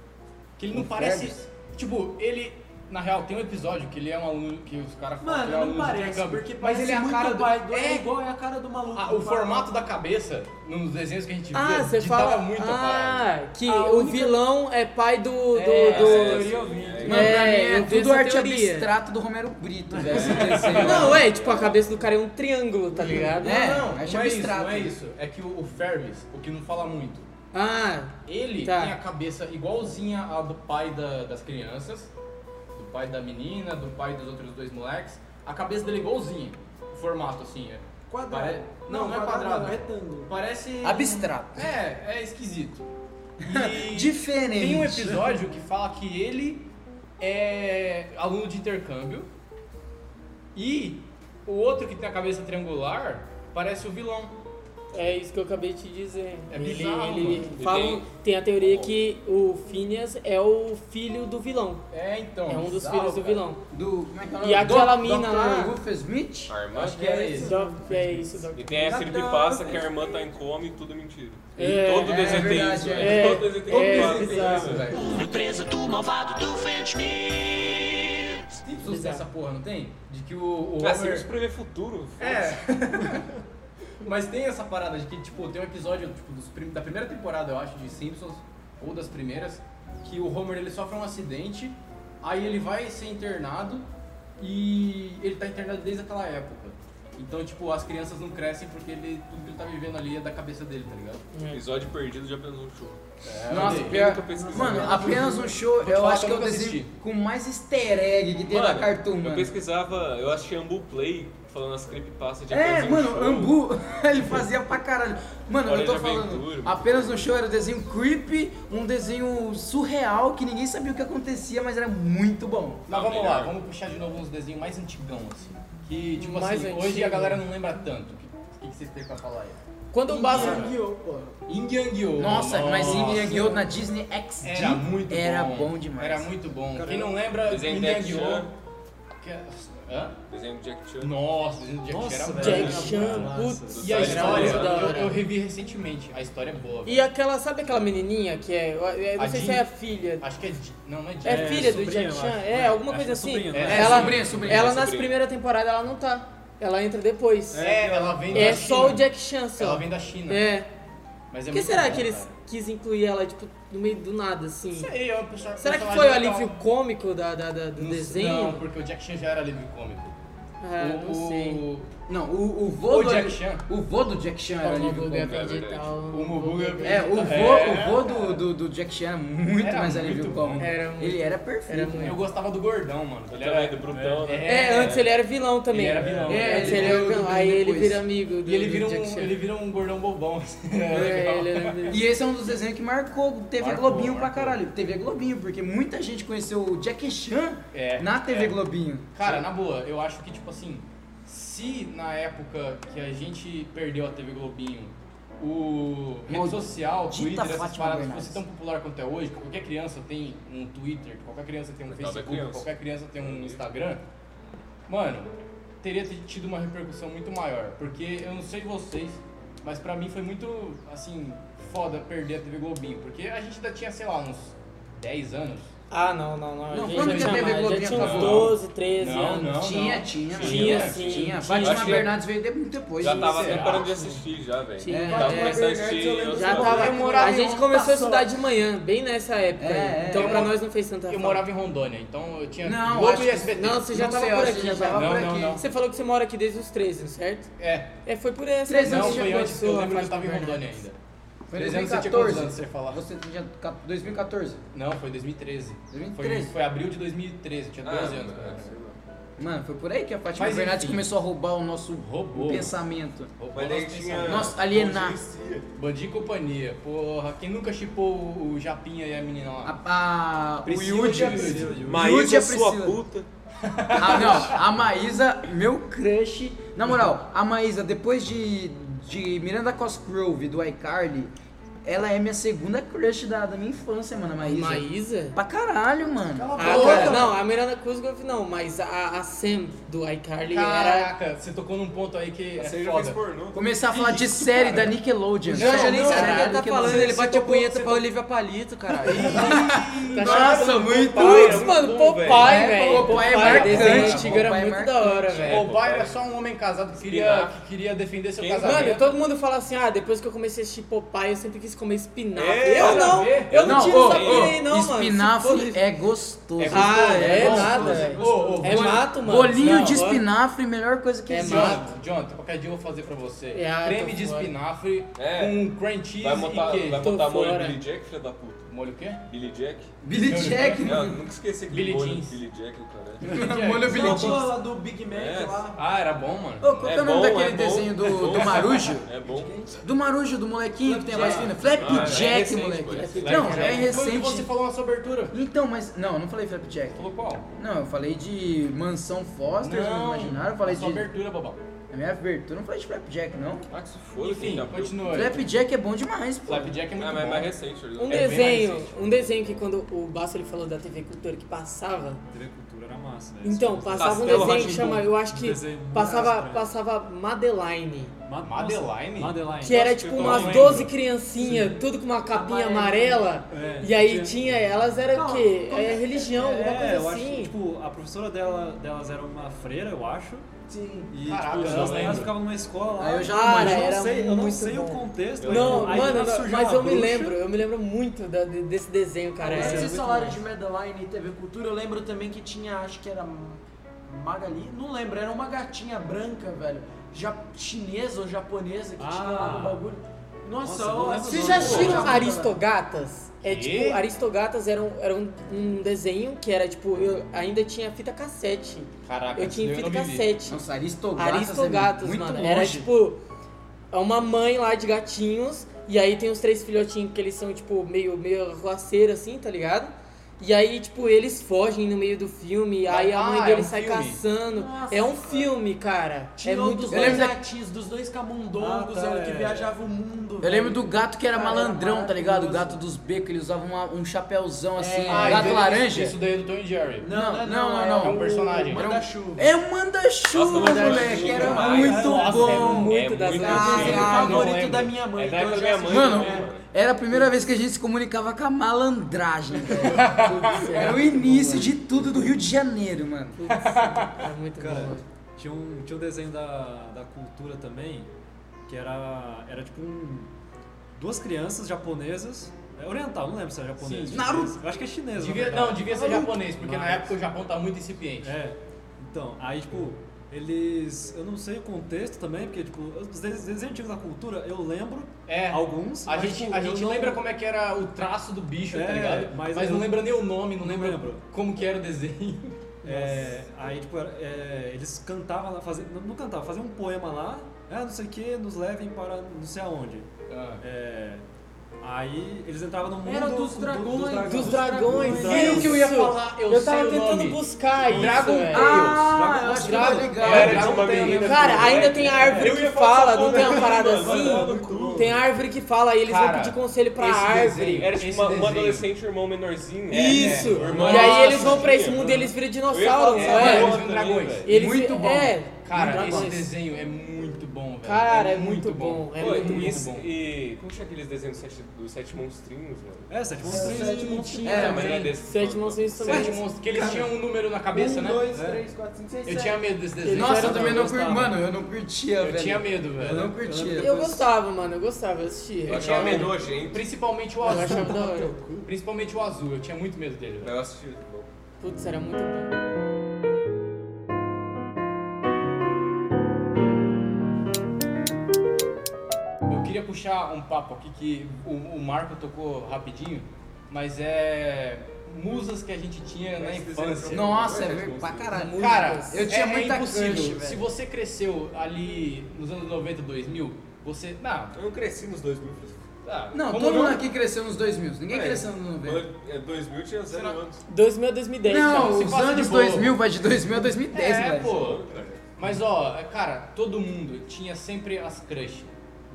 C: Que ele não
G: O
C: parece.
G: Ferbis?
C: Tipo, ele. Na real, tem um episódio que ele é um aluno que os caras falam que
E: Mano,
C: ele é um
E: não
C: aluno de
E: parece,
C: intercâmbio.
E: porque
C: mas
E: parece
C: ele é a
E: muito
C: cara do.
E: pai do... É
C: É,
E: igual é a cara do maluco.
C: a- o formato da cabeça nos desenhos que a gente
B: Ah,
C: via
B: você
C: ditava
B: fala.
C: muito a parada.
B: ah, que
E: A
B: o
E: única-
B: vilão é pai do. do,
E: É,
B: do-
E: essa
F: É,
E: teoria eu
F: sim,
E: vi.
F: é,
G: Mano, pra mim
B: É,
G: é
B: eu vi
G: tudo
B: essa
G: arte
B: teoria.
G: abstrato do Romero Brito, velho. Esse desenho.
B: Não, é, tipo, a cabeça do cara é um triângulo, tá ligado?
G: É,
C: não, não,
G: acho
C: não é isso,
G: abstrato.
C: não é isso. É que o, o Fermis, o que não fala muito,
B: Ah,
C: ele
B: Tá.
C: tem a cabeça igualzinha à do pai da- das crianças, do pai da menina, do pai dos outros dois moleques. A cabeça dele é igualzinha, o formato assim. É.
E: Quadrado.
C: Pare- Não, não, é
E: quadrado,
C: quadrado.
E: não, retângulo.
C: Parece. um
G: Abstrato.
C: É,
G: [laughs]
C: é esquisito. E
G: Diferente.
C: tem um episódio que fala que ele é aluno de intercâmbio e o outro que tem a cabeça triangular parece o vilão.
B: é isso que eu acabei de te dizer.
C: É
B: ele,
C: bizarro,
B: ele
F: mano.
B: fala. um,
F: Ele
B: Tem a teoria que o Phineas é o filho do vilão.
C: É, então.
B: É um dos
C: bizarro,
B: filhos do
C: cara.
B: vilão.
G: Do. Como é que é o
B: E aquela
G: Do-
B: mina
G: Dr.
B: lá-
G: Rufus Smith?
F: A irmã.
C: Acho que era esse.
B: Do- É isso, Doc.
F: E tem a creepypasta que a irmã tá em coma e tudo mentira.
B: É,
F: todo
G: é
F: desenho tem
G: verdade,
F: isso.
G: é.
F: velho.
B: É,
F: [laughs] todo desenho tem
B: é,
F: creepypasta.
B: exato.
C: velho.
A: Presa do malvado do Fenchmir.
C: Simpsons tem essa porra, não tem? De que o, o
F: Ah, você
C: Homer...
F: prever futuro.
C: É. [laughs] Mas tem essa parada de que, tipo, tem um episódio tipo, dos prim- da primeira temporada, eu acho, de Simpsons, ou das primeiras, que o Homer ele sofre um acidente, aí ele vai ser internado e ele tá internado desde aquela época. Então, tipo, as crianças não crescem porque ele, tudo que ele tá vivendo ali é da cabeça dele, tá ligado?
F: Episódio perdido um já pensou no show.
C: É,
G: Nossa,
C: olha aí.
G: pior.
F: nunca pesquisei.
G: Mano, apenas um show,
C: te
G: eu
C: falar
G: acho
C: que
G: que
C: eu
G: é o
C: nunca
G: desenho
C: assisti.
G: com mais easter egg que tem na Cartoon,
F: eu
G: mano.
F: pesquisava, eu achei Ambu Play falando as creepypastas de
G: É,
F: apenas um
G: mano,
F: show.
G: Ambu, [laughs] ele fazia pra caralho. Mano,
F: Hora
G: eu
C: é
G: tô
F: de aventura,
G: falando,
F: mano.
G: apenas no show era um desenho creepy, um desenho surreal que ninguém sabia o que acontecia, mas era muito bom.
C: Mas
F: Ah,
C: vamos
F: melhor.
C: lá, vamos puxar de novo uns desenhos mais antigão, assim. Que, tipo
B: Mais
C: assim, hoje
B: antigo.
C: a galera não lembra tanto. O que, o que que vocês têm pra falar aí?
B: Quando o Basil.
E: Yu-Gi-Oh, pô.
C: Yin Yang Yo!
G: Nossa, mas
C: Nossa.
G: Yin Yang na Disney XD
C: Era muito
G: era
C: bom.
G: bom demais.
C: Era muito bom.
D: Cara,
C: Quem não lembra,
F: Desenho
C: Yin
F: do
C: Yang
F: Jack Chan.
C: Yo. que é- Hã?
F: Desenho do Jack Chan.
C: Nossa, desenho do Jack Chan era
D: Nossa,
C: bom.
D: velho.
B: Jack Chan,
D: Nossa.
B: putz.
C: E a
F: Era
C: história,
F: muito da
C: eu,
B: hora.
C: eu revi recentemente. A história é boa. velho.
B: E aquela, sabe aquela menininha que é, eu- eu não
C: A
B: sei
C: Jean?
B: se é a filha.
C: Acho que é. Di- Não, não é Jack.
B: É,
D: É,
B: filha do
D: sobrinha,
B: Jack
D: eu
B: Chan,
D: acho.
B: é,
D: É,
B: alguma
D: acho que
B: coisa
D: é
B: assim.
D: sobrinha, não
G: né?
C: é?
B: ela,
C: É, sobrinha, sobrinha,
B: ela
F: é
B: nas
F: sobrinha.
B: primeiras temporadas ela não tá. Ela entra depois. É,
C: É, ela vem da China.
B: só o Jack Chan só.
C: Ela vem da China.
B: É.
C: Mas é
B: Por que
C: muito
B: será
C: bom,
B: que eles
C: cara.
B: quis incluir ela, tipo, no meio do nada, assim?
C: Não sei, é um perso-
B: Será que
C: personagem
B: foi o
C: legal.
B: alívio cômico da, da- da- do
C: Não-
B: desenho?
C: Não, porque o Jack Chan já era livre cômico.
B: Ah,
C: o,
B: não sei.
C: o-
G: Não, o, o vô
C: O
G: do
C: Jack Chan.
G: O vô do Jack Chan
B: Ah,
G: era
B: o
G: livre
B: Mubuga
G: cômico.
F: cômico, é
B: acredital.
C: O Mubuga
G: É, o vô,
C: É.
G: o vô do, do, do Jack Chan era muito
C: Era
G: mais alívio
C: muito
G: cômico.
B: Era muito-
G: Ele era perfeito.
B: É, era muito-
G: né?
C: Eu gostava do gordão, mano.
F: Eu
C: Ele
F: também,
C: era
F: do Brutão,
C: É,
F: né?
B: É, antes ele era vilão também.
C: Ele era vilão.
B: É, antes ele
G: É, ele
B: era
G: virou
B: vilão.
G: vilão
B: Aí ele
G: depois.
B: vira amigo do,
C: E ele
B: do
C: vira, um,
B: Jack Chan.
C: ele vira um gordão bobão. assim. [laughs]
B: É,
C: Legal.
B: ele era vilão.
G: E esse é um dos desenhos que marcou TV
C: Marcou,
G: Globinho pra
C: marcou.
G: caralho. TV Globinho, porque muita gente conheceu o Jack Chan
C: É,
G: na TV
C: é.
G: Globinho.
C: Cara, na boa, eu acho que, tipo assim, se na época que a gente perdeu a TV Globinho, o rede
G: Maldita
C: social, Twitter, essas
G: Fátima
C: paradas
G: Bernardes.
C: fosse tão popular quanto é hoje, que qualquer criança tem um Twitter, qualquer criança tem um
F: Coitada da
C: Facebook,
F: criança. É.
C: qualquer criança tem um Instagram, mano, teria tido uma repercussão muito maior. Porque eu não sei vocês, mas pra mim foi muito, assim, foda perder a TV Globinho. Porque a gente ainda tinha, sei lá, uns 10 anos.
B: Ah, não, não, não.
G: Não,
B: a gente
G: quando
B: já
G: que
B: tinha,
G: a TV
B: mais, já
G: Globinho
B: tinha uns
G: acabou?
B: 12, 13
C: Não,
B: anos.
C: não.
G: tinha, tinha, mano.
B: Tinha,
G: tinha,
B: sim, tinha.
G: Fátima
F: Acho que-
G: Bernardes veio de- muito depois.
F: Já tava
G: Será?
F: até parando de assistir, já, velho.
B: Sim.
F: Eu Tava
G: É,
F: começando a
E: Bernardes, eu
F: assistir.
E: lembro
F: outros
B: Já
E: Eu
B: tava.
F: bagulho.
B: A
E: morava em
B: gente
E: um
B: começou a
E: passo.
B: estudar de manhã, bem nessa época.
G: É,
B: aí.
G: é.
B: então
C: Eu
B: pra
C: mo-
B: nós não fez tanta
C: Eu
B: falta.
C: morava em Rondônia, então eu tinha
G: Não,
C: Globo
G: acho
C: e
G: que-
C: SBT.
B: Não, você já
G: Não
B: tava
G: sei, eu
B: por
G: acho
B: aqui.
G: que já
B: já.
G: tava
C: Não,
G: por
C: não,
G: aqui.
C: não.
B: Você falou que você mora aqui desde os 13, certo?
C: É.
B: É, foi por essa.
G: 13
B: época
C: Não,
G: anos
B: que
C: foi
B: já
C: antes, eu
B: começou a
C: lembro que eu tava em
B: Fátima
C: Rondônia
B: Bernardes.
C: ainda.
G: Foi em
C: 2014. Você tinha quantos
G: 2014.
C: anos você falar?
G: Você tinha ca- 2014.
C: Não, foi 2013.
G: 2013.
C: Foi, foi abril de 2013, eu tinha
F: Ah,
C: 12 anos.
F: mano,
C: cara.
F: sei lá.
G: Mano, foi por aí que a Fátima
C: Mas,
G: Bernardes
C: enfim.
G: começou a roubar o nosso
C: Roubou.
G: pensamento.
C: Roubou
F: Mas ele
C: nosso
F: tinha.
C: pensamento.
G: Nossa, alienar.
F: Condicia.
C: Bandido e companhia. Porra, quem nunca chipou o o Japinha e a menina lá?
G: A, a, o
D: Priscila
G: Yudi.
D: e a Priscila, Yudi.
F: Maísa,
G: a
F: sua
G: Priscila.
F: puta.
G: Ah, não, a Maísa, meu crush. Na moral, a Maísa, depois de, de Miranda Cosgrove do iCarly, ela é minha segunda crush da, da minha infância, mano. A Maísa.
B: Maísa?
G: Pra caralho, mano.
C: Cala
B: Ah,
C: a boca,
B: cara,
C: mano.
B: não, a Miranda Cosgrove não, mas a, a Sam do iCarly era.
C: Caraca, você tocou num ponto aí que
F: Você
C: é
F: já fez
C: foda.
F: pornô.
G: Começar a falar de série da Nickelodeon.
B: Não, eu nem
G: Série
B: sei o que
G: da
B: ele tá
G: Nickelodeon.
B: falando, ele bate a punheta pra
G: Olivia Palito, caralho.
C: Nossa,
G: muito
B: Putz, mano, Popeye,
G: É,
B: velho.
G: Popeye é
B: Popeye, desenho
G: marcante,
B: antigo era
G: Popeye é
B: muito da hora,
G: marcante.
B: velho.
C: O pai era só um homem casado que queria, que queria defender seu
F: Quem
C: casamento.
B: Mano, todo mundo fala assim, ah, depois que eu comecei a assistir Popeye, eu sempre quis comer espinafre.
F: É,
B: eu não, eu não, tiro
G: ô,
B: essa
G: ô,
B: porra aí não, mano.
G: Espinafre
B: Se
G: é gostoso.
B: for- Ah, é,
C: gostoso,
B: nada,
C: é
B: velho.
C: gostoso.
B: É
C: Ô, ô,
B: mato, mano.
G: Bolinho
B: Não,
G: de
B: ó.
G: espinafre, melhor coisa que
B: É
G: existe.
B: mato.
C: Jonathan, Jonathan, qualquer dia eu vou fazer pra você.
B: É, ah,
C: Creme
B: tô
C: de
B: fora.
C: espinafre
F: É.
C: com cream cheese
F: Vai montar,
C: e
F: vai
C: queijo.
F: montar
B: Tô
F: molho
B: fora.
F: Billy Jack, filha da puta.
B: [laughs]
C: Molho o quê?
F: Billy Jack?
G: Billy Jack.
F: Não, nunca esqueci aquele
C: Billy
F: molho
C: Jeans.
F: Billy Jack, cara.
C: Molho
E: Aquela porra lá do Big Mac
F: É.
E: lá.
C: Ah, era bom, mano.
G: Ô, qual que é o nome
F: bom,
G: daquele
F: é bom,
G: desenho
F: é
G: do,
F: bom.
G: do Marujo?
F: É bom.
G: Do Marujo, do molequinho que tem a voz fina?
C: Ah,
G: Flapjack,
F: recente, pô, é
G: moleque.
F: recente.
G: Não, é
C: Foi o que você
G: recente.
C: falou na sua abertura.
G: Então, mas. Não, eu não falei Flapjack.
C: Falou qual?
G: Não, eu falei de Mansão Foster, não imaginário. Eu falei
C: na sua
G: de.
C: abertura, babá.
G: Na minha abertura, eu não falei de Flapjack, não.
F: Ah, que se foda,
C: Enfim,
F: cara.
C: continua. aí.
G: Flapjack é bom demais, pô.
C: Flapjack é muito
F: Ah, mas é
C: bom.
F: mais recente. ele-
B: Um
F: é bem mais
B: desenho,
F: recente.
B: um desenho que quando o Basso ele falou da TV Cultura que passava,
D: TV Cultura era massa, né?
B: então, passava um
F: Castelo
B: desenho que
F: Rá-Tim-Bum.
B: chama, eu acho que
D: Desenho muito
B: passava,
D: estranho.
B: passava Madeline.
D: Ma- nossa,
C: Madeline?
D: Madeline.
B: Que era
F: Nossa,
B: tipo
F: eu
B: umas
C: não
B: 12
C: lembro.
B: criancinhas, tudo com uma capinha
E: Amarelo.
B: amarela.
D: É,
B: e aí
D: tinha-
B: tinha, elas era o
E: Não,
B: quê?
E: como-
B: É religião, alguma
D: É, eu
B: coisa
D: acho que,
B: assim.
D: tipo, a professora dela, delas era uma freira, eu acho.
E: Sim.
D: E,
C: Caraca,
D: tipo,
C: eu
D: elas,
C: não
D: elas
C: lembro.
D: ficavam numa escola lá.
G: Aí eu já
B: Cara,
G: não
D: eu
G: manjo.
B: era
D: não sei, eu não
B: muito
D: sei
B: bom.
D: o contexto.
B: Não,
D: aí,
B: mano, não,
D: aí surgiu
B: mas
D: uma
B: eu me
D: bruxa.
B: lembro, eu me lembro muito da- de- desse desenho, cara.
E: Mas
B: Era
E: vocês
B: muito
E: falaram
B: bom.
E: de Madeline e TV Cultura, eu lembro também que tinha, acho que era Magali, não lembro, era uma gatinha branca, velho, ja chinesa ou japonesa que tinha lá no
D: Ah.
E: bagulho. Nossa,
D: Nossa, eu não
E: eu-
D: lembro
E: eu-
B: Vocês
D: Não,
B: já
D: não,
B: assistiram
E: eu-
B: Aristogatas? É
C: Que?
B: tipo, Aristogatas era, um, era um, um desenho que era tipo, eu ainda tinha fita cassete.
C: Caraca,
B: Eu tinha
C: esse
B: fita
C: daí eu não me vi.
B: cassete.
G: Nossa, Aristogatas. é
B: Aristogatas,
G: muito
B: mano.
G: Longe.
B: Era tipo. É uma mãe lá de gatinhos. E aí tem os três filhotinhos que eles são, tipo, meio, meio arruaceiro, assim, tá ligado? E aí, tipo, eles fogem no meio do filme.
C: Ah,
B: Aí a mãe
C: é
B: dele
C: um
B: sai
C: filme?
B: caçando.
E: Nossa.
B: É um filme, cara.
E: Tinha
B: é
E: um
B: muito
E: dos
B: bom.
G: Eu
E: dois
G: lembro da-
E: gatinhos, dos dois camundongos,
D: Ah, tá,
E: velho, que
D: é.
E: viajava o mundo.
G: Eu
E: velho.
G: lembro do gato que era
E: Cara, era
G: malandrão, tá ligado? O
E: maravilhoso.
G: gato dos becos, ele usava uma- um chapéuzão assim,
C: Ah,
G: gato
C: isso-
G: laranja.
C: Isso daí é do Tom e Jerry.
E: Não, não,
G: Não,
E: não,
G: não,
E: é
G: não,
C: é um
E: o-
C: personagem.
E: o Manda-chuva.
G: É o manda-chuva,
F: Nossa, Manda-Chuva
G: moleque,
F: é
G: era
F: demais.
G: muito
B: Nossa,
G: bom.
B: é muito
F: É
B: das
F: muito
B: gatas.
F: bom.
E: Desenho
G: Ah, não
E: favorito
C: lembro.
E: da minha mãe.
F: É
C: então
F: da
E: que
F: época
E: eu
F: da minha
E: já
F: mãe
E: assisti.
F: né?
G: Mano,
F: também, mano.
G: era a primeira vez que a gente se comunicava com a malandragem. velho. era o início de tudo do Rio de Janeiro, mano.
B: É muito
D: Cara,
B: bom.
D: tinha um, tinha um desenho da, da cultura também, que era, era tipo um, duas crianças japonesas, é oriental, não lembro se era japonês.
C: Sim,
D: chinês.
G: Naruto.
D: Eu acho que é chinês. na
C: Devia,
D: verdade.
C: não, devia ser japonês, porque na
D: Mas-
C: época o Japão tá muito incipiente.
D: É, então, aí tipo, eles. Eu não sei o contexto também, porque tipo, os des- desenhos antigos da cultura eu lembro
C: É.
D: alguns.
C: A
D: mas,
C: gente,
D: tipo,
C: a
D: eu
C: gente
D: não-
C: lembra como é que era o traço do bicho, tá
D: É,
C: ligado? Mas,
D: mas eu-
C: não lembra nem o nome, não lembra
D: lembro.
C: como que era o desenho.
D: É, aí, tipo, era- é, eles cantavam lá, faziam, não, não cantavam, faziam um poema lá, ah, não sei o que, nos levem para não sei aonde.
C: Ah.
D: É, aí eles entravam no mundo
C: um
E: Era dos
D: do-
E: dragões.
B: Dos dragões,
D: Isso
B: isso.
C: que eu ia falar, eu,
B: Eu
C: sei
B: tava
C: o
B: tentando
C: nome.
B: buscar isso.
C: Dragon é
B: velho.
G: Ah, eu
D: Dragon-
G: acho que tá
B: Dragon-
G: ligado.
F: Era de uma
D: Não tem,
F: menina.
B: Cara, ainda tem a árvore
F: Eu
B: que
F: ia falar
B: fala,
F: essa
B: não tem uma
C: [laughs]
F: porra,
B: parada
F: mano, vai dar no
B: assim?
F: cu.
B: Tem a árvore que fala e eles
C: Cara,
B: vão pedir conselho pra
C: esse
B: árvore.
C: desenho
F: Era tipo
C: Esse
F: uma, uma
C: desenho.
F: adolescente e um irmão menorzinho.
B: Isso!
F: É, irmão.
B: E aí eles
F: Nossa,
B: vão pra esse
F: tinha,
B: mundo e eles viram
F: Eu ia falar
B: dinossauros,
F: dessa
B: não
C: é,
B: é?
F: porra
C: eles viram
F: também,
C: dragões.
F: velho.
B: Eles-
G: Muito bom.
B: É,
C: Cara, esse
B: dragões.
C: desenho é muito bom, velho.
B: Cara, é muito bom, é
F: Pô,
B: muito
F: e,
B: bom.
F: esse- e como tinha aqueles desenhos dos sete, dos sete monstrinhos, mano?
D: É, sete monstros.
E: Sete um, montinhos.
G: É,
F: mas não é desse.
B: Sete monstros também.
C: Sete monstros, que eles tinham um número na cabeça,
E: Um,
C: né?
E: dois, três, quatro, cinco, seis,
C: Eu
E: sete.
C: tinha medo desse desenho.
G: Nossa, eu
D: Eu
G: também não curti.
D: gostava.
G: Mano, eu não curtia,
C: eu
G: velho.
C: tinha medo, né?
G: Eu não
C: velho.
G: curtia.
B: Eu gostava, mano, eu gostava, eu assistia.
F: Eu
B: Eu
F: achava meio
C: medo.
F: nojento.
C: Principalmente o
B: achava
C: azul.
B: da hora.
C: Principalmente o azul, eu tinha muito medo dele, velho.
F: Eu assisti. tá bom.
B: Putz, era muito bom.
C: Eu queria puxar um papo aqui que o, o Marco tocou rapidinho, mas é musas que a gente tinha na
F: Mas desenho
C: infância.
F: pra-
G: Nossa, é ver... pra caralho.
C: Cara,
G: eu tinha
C: é,
G: muita
C: é impossível.
G: crush, velho.
C: Se você cresceu ali nos anos 90, 2000, você. Não,
F: Eu não cresci nos 2000, Francisco.
C: tá.
G: Não,
C: Como
G: todo mundo aqui cresceu nos 2000. Ninguém
F: É.
G: cresceu nos 90.
F: Quando eu- é, 2000 tinha 0
C: Será-
F: anos.
B: 2000 a 2010.
G: Não,
C: se
G: os
C: passa de
G: anos
C: boa.
G: 2000 vai de 2000 a 2010,
C: É,
G: velho.
C: pô. Mas ó, é, cara, todo mundo tinha sempre as crush